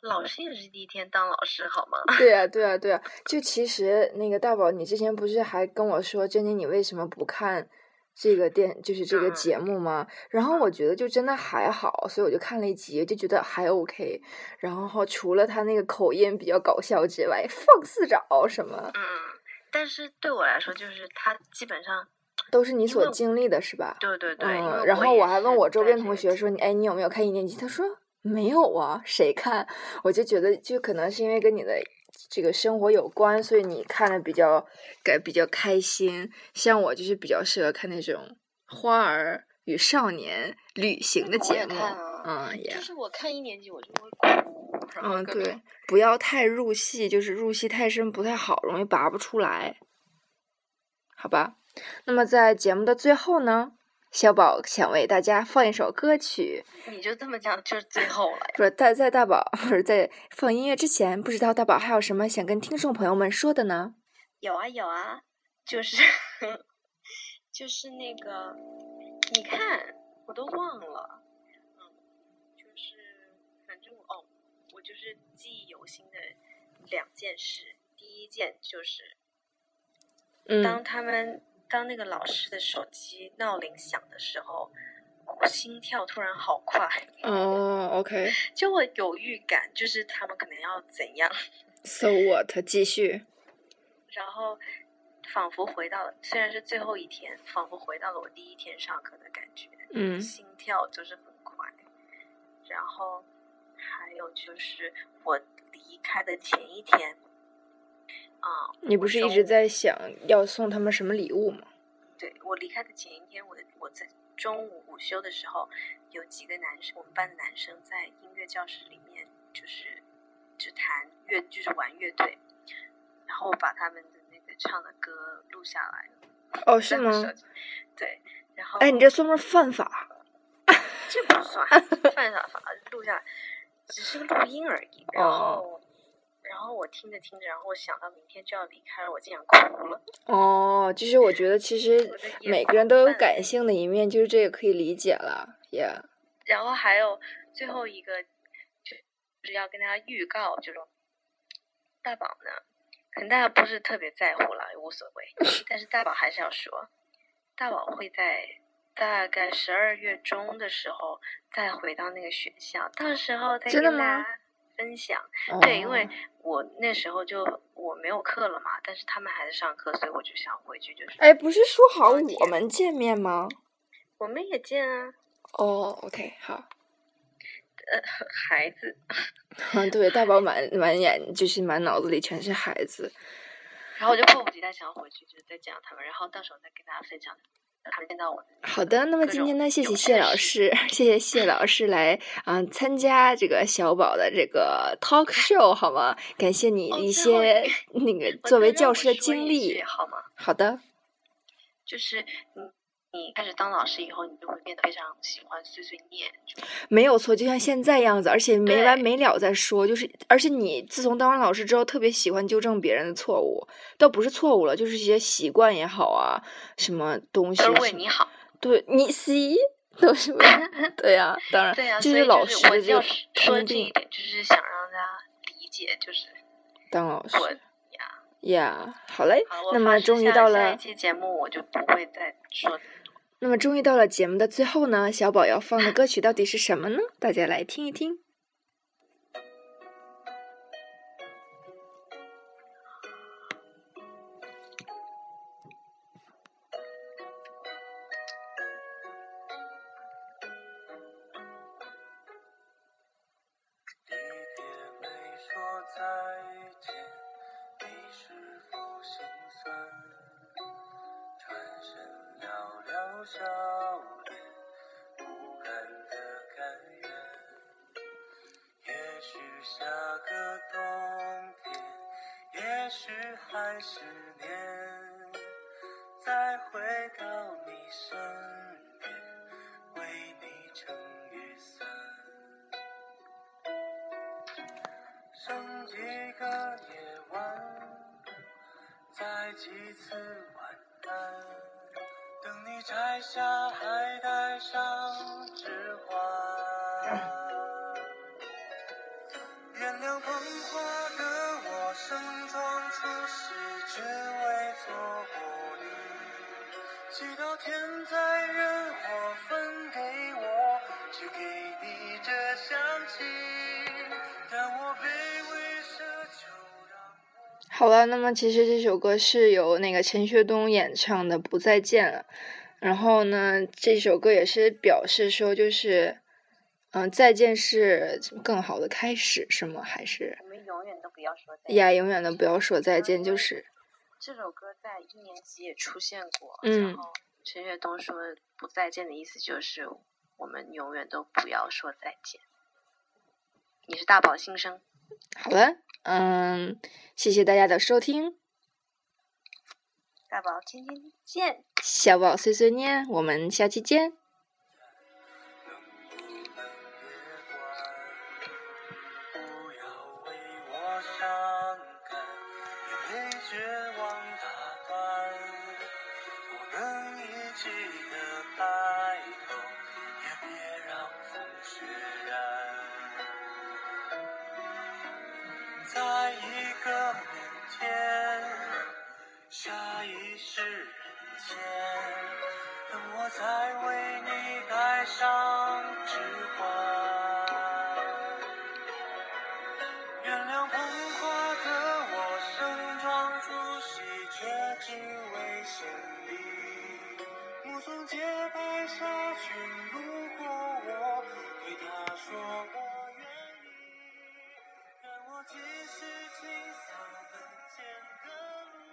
Speaker 2: 老师也是第一天当老师好吗？
Speaker 1: 对呀、对啊呀、对呀、就其实那个大宝，你之前不是还跟我说，珍妮，你为什么不看这个电，就是这个
Speaker 2: 嗯
Speaker 1: 节目吗？然后我觉得就真的还好，所以我就看了一集，就觉得还 OK。然后除了他那个口音比较搞笑之外，放肆找什么
Speaker 2: 嗯，但是对我来说，就是他基本上，
Speaker 1: 都是你所
Speaker 2: 为
Speaker 1: 经历的，是吧？
Speaker 2: 对对对。因
Speaker 1: 嗯，
Speaker 2: 为
Speaker 1: 然后
Speaker 2: 也
Speaker 1: 我还问
Speaker 2: 是
Speaker 1: 我周
Speaker 2: 在
Speaker 1: 边
Speaker 2: 这
Speaker 1: 同
Speaker 2: 个
Speaker 1: 学说：“你哎，你有没有看一年级？”他说：“没有啊，谁看？”我就觉得，就可能是因为跟你的这个生活有关，所以你看的比较感比较开心。像我就是比较适合看那种花儿与少年旅行的
Speaker 2: 我
Speaker 1: 节
Speaker 2: 也
Speaker 1: 目
Speaker 2: 看啊，
Speaker 1: 嗯，也
Speaker 2: 就是我看一年级我就会哭，然后
Speaker 1: 嗯，
Speaker 2: 各种
Speaker 1: 对，不要太入戏，就是入戏太深不太好，容易拔不出来，好吧？那么在节目的最后呢，小宝想为大家放一首歌曲，
Speaker 2: 你就这么讲，就是最后了。
Speaker 1: 不是在在大宝不是在放音乐之前，不知道大宝还有什么想跟听众朋友们说的呢？
Speaker 2: 有啊有啊，就是 就是那个，你看我都忘了，嗯，就是反正我哦，我就是记忆犹新的两件事。第一件就是
Speaker 1: 嗯
Speaker 2: 当他们当那个老师的手机闹铃响的时候，我心跳突然好快，
Speaker 1: 哦，OK，
Speaker 2: 就我有预感，就是他们可能要怎样。
Speaker 1: So what？继续。
Speaker 2: 然后仿佛回到了，虽然是最后一天，仿佛回到了我第一天上课的感觉，
Speaker 1: 嗯
Speaker 2: 心跳就是很快。然后还有就是我离开的前一天，啊、
Speaker 1: 你不是一直在想要送他们什么礼物吗？
Speaker 2: 对我离开的前一天，我的我在中午午休的时候，有几个男生，我们班的男生在音乐教室里面，就是就弹乐，就是玩乐队，然后我把他们的那个唱的歌录下来了。
Speaker 1: 哦，是
Speaker 2: 在我
Speaker 1: 吗
Speaker 2: 手？机？对，然后
Speaker 1: 哎，你这算不算犯法？
Speaker 2: 这 不算犯法，法录下来，只是个录音而已。
Speaker 1: 哦
Speaker 2: 然后，然后我听着听着，然后我想到明天就要离开了，我竟然哭了。
Speaker 1: 哦，就是我觉得其实
Speaker 2: 我的眼
Speaker 1: 每
Speaker 2: 眶
Speaker 1: 个人都有
Speaker 2: 泛
Speaker 1: 感
Speaker 2: 泪
Speaker 1: 性的一面，就是这个可以理解了，也、
Speaker 2: 然后还有最后一个，就是要跟大家预告，就是说大宝呢，可能大家不是特别在乎啦，也无所 谓。但是大宝还是要说，大宝会在大概十二月中的时候再回到那个学校，到时候再
Speaker 1: 真
Speaker 2: 跟
Speaker 1: 的
Speaker 2: 大
Speaker 1: 吗
Speaker 2: 家分享。
Speaker 1: 哦、
Speaker 2: 对，因为我那时候就我没有课了嘛，但是他们还在上课，所以我就想回去，就是
Speaker 1: 哎，不是说好
Speaker 2: 了解
Speaker 1: 我们见面吗？
Speaker 2: 我们也见啊，呃
Speaker 1: 哦，OK，好，
Speaker 2: 孩子，
Speaker 1: 嗯，对，大宝满满眼就是满脑子里全是孩子，
Speaker 2: 然后我就迫不及待想要回去，就是再见到他们，然后到时候再跟大家分享他们见到我的。
Speaker 1: 好的，那么
Speaker 2: 各
Speaker 1: 今天
Speaker 2: 种
Speaker 1: 呢，谢谢
Speaker 2: 有
Speaker 1: 谢
Speaker 2: 趣的
Speaker 1: 老
Speaker 2: 事
Speaker 1: 师， 谢谢谢老师来啊、参加这个小宝的这个 talk show 好吗？感谢你
Speaker 2: 哦
Speaker 1: 一
Speaker 2: 最后
Speaker 1: 些、
Speaker 2: 一
Speaker 1: 那个
Speaker 2: 我
Speaker 1: 作为
Speaker 2: 再让
Speaker 1: 教
Speaker 2: 我
Speaker 1: 师的
Speaker 2: 说
Speaker 1: 经
Speaker 2: 一
Speaker 1: 历
Speaker 2: 句。啊好吗？
Speaker 1: 好的，
Speaker 2: 就是你你开始当老师以后，你就会变得非常喜欢碎碎念，就是
Speaker 1: 没有错，就像现在样子，而且没完
Speaker 2: 对
Speaker 1: 没了在说，就是而且你自从当完老师之后，特别喜欢纠正别人的错误，倒不是错误了，就是一些习惯也好啊，什么东西
Speaker 2: 都
Speaker 1: 什
Speaker 2: 是
Speaker 1: 么，
Speaker 2: 为你好。
Speaker 1: 对你 see 都是为 对呀、当然，
Speaker 2: 对啊，
Speaker 1: 这
Speaker 2: 所
Speaker 1: 是
Speaker 2: 以
Speaker 1: 老
Speaker 2: 就是
Speaker 1: 师
Speaker 2: 我
Speaker 1: 的这
Speaker 2: 要
Speaker 1: 个
Speaker 2: 是说
Speaker 1: 通
Speaker 2: 这一
Speaker 1: 病，
Speaker 2: 点，就是想让大家理解，就是
Speaker 1: 当老师
Speaker 2: 我
Speaker 1: 呀好嘞
Speaker 2: 好，我
Speaker 1: 那
Speaker 2: 发
Speaker 1: 么
Speaker 2: 誓
Speaker 1: 终于
Speaker 2: 下
Speaker 1: 到
Speaker 2: 下
Speaker 1: 了
Speaker 2: 一。期节目我就不会再说
Speaker 1: 那么终于到了节目的最后呢，小宝要放的歌曲到底是什么呢？大家来听一听。
Speaker 4: 一点没说再见，你是否心酸？转身寥寥笑脸，无感的甘愿。也许下个冬天，也许还是年，再回到你身边，为你撑雨伞。剩几个夜晚，再几次晚安。等你摘下，还带上指环。原谅捧花的我，盛装出世，只为错过你。祈祷天灾人祸分给我，只给你这香气。但我卑微奢求，让我。
Speaker 1: 好了，那么其实这首歌是由那个陈学冬演唱的《不再见了》，然后呢，这首歌也是表示说，就是，嗯、再见是更好的开始，是吗？还是哎
Speaker 2: 我们永远都不要说再见。
Speaker 1: 呀，永远的不要说再见，就是，
Speaker 2: 这首歌在一年级也出现过，
Speaker 1: 嗯
Speaker 2: 然后陈越冬说“不再见”的意思就是我们永远都不要说再见，你是大宝新生，
Speaker 1: 好了，嗯，谢谢大家的收听，
Speaker 2: 大宝天天见。
Speaker 1: 小宝碎碎念，我们下期见。
Speaker 4: 能不能别管？不要为我伤感，也别绝望打扮。不能一起的白头，也别让风雪染。在一个明天，下一世人间，等我再为你戴上指环。原谅捧花的我盛装出席，却只为献礼。目送洁白纱裙路过我，对她说我愿意。让我继续清扫门前的路。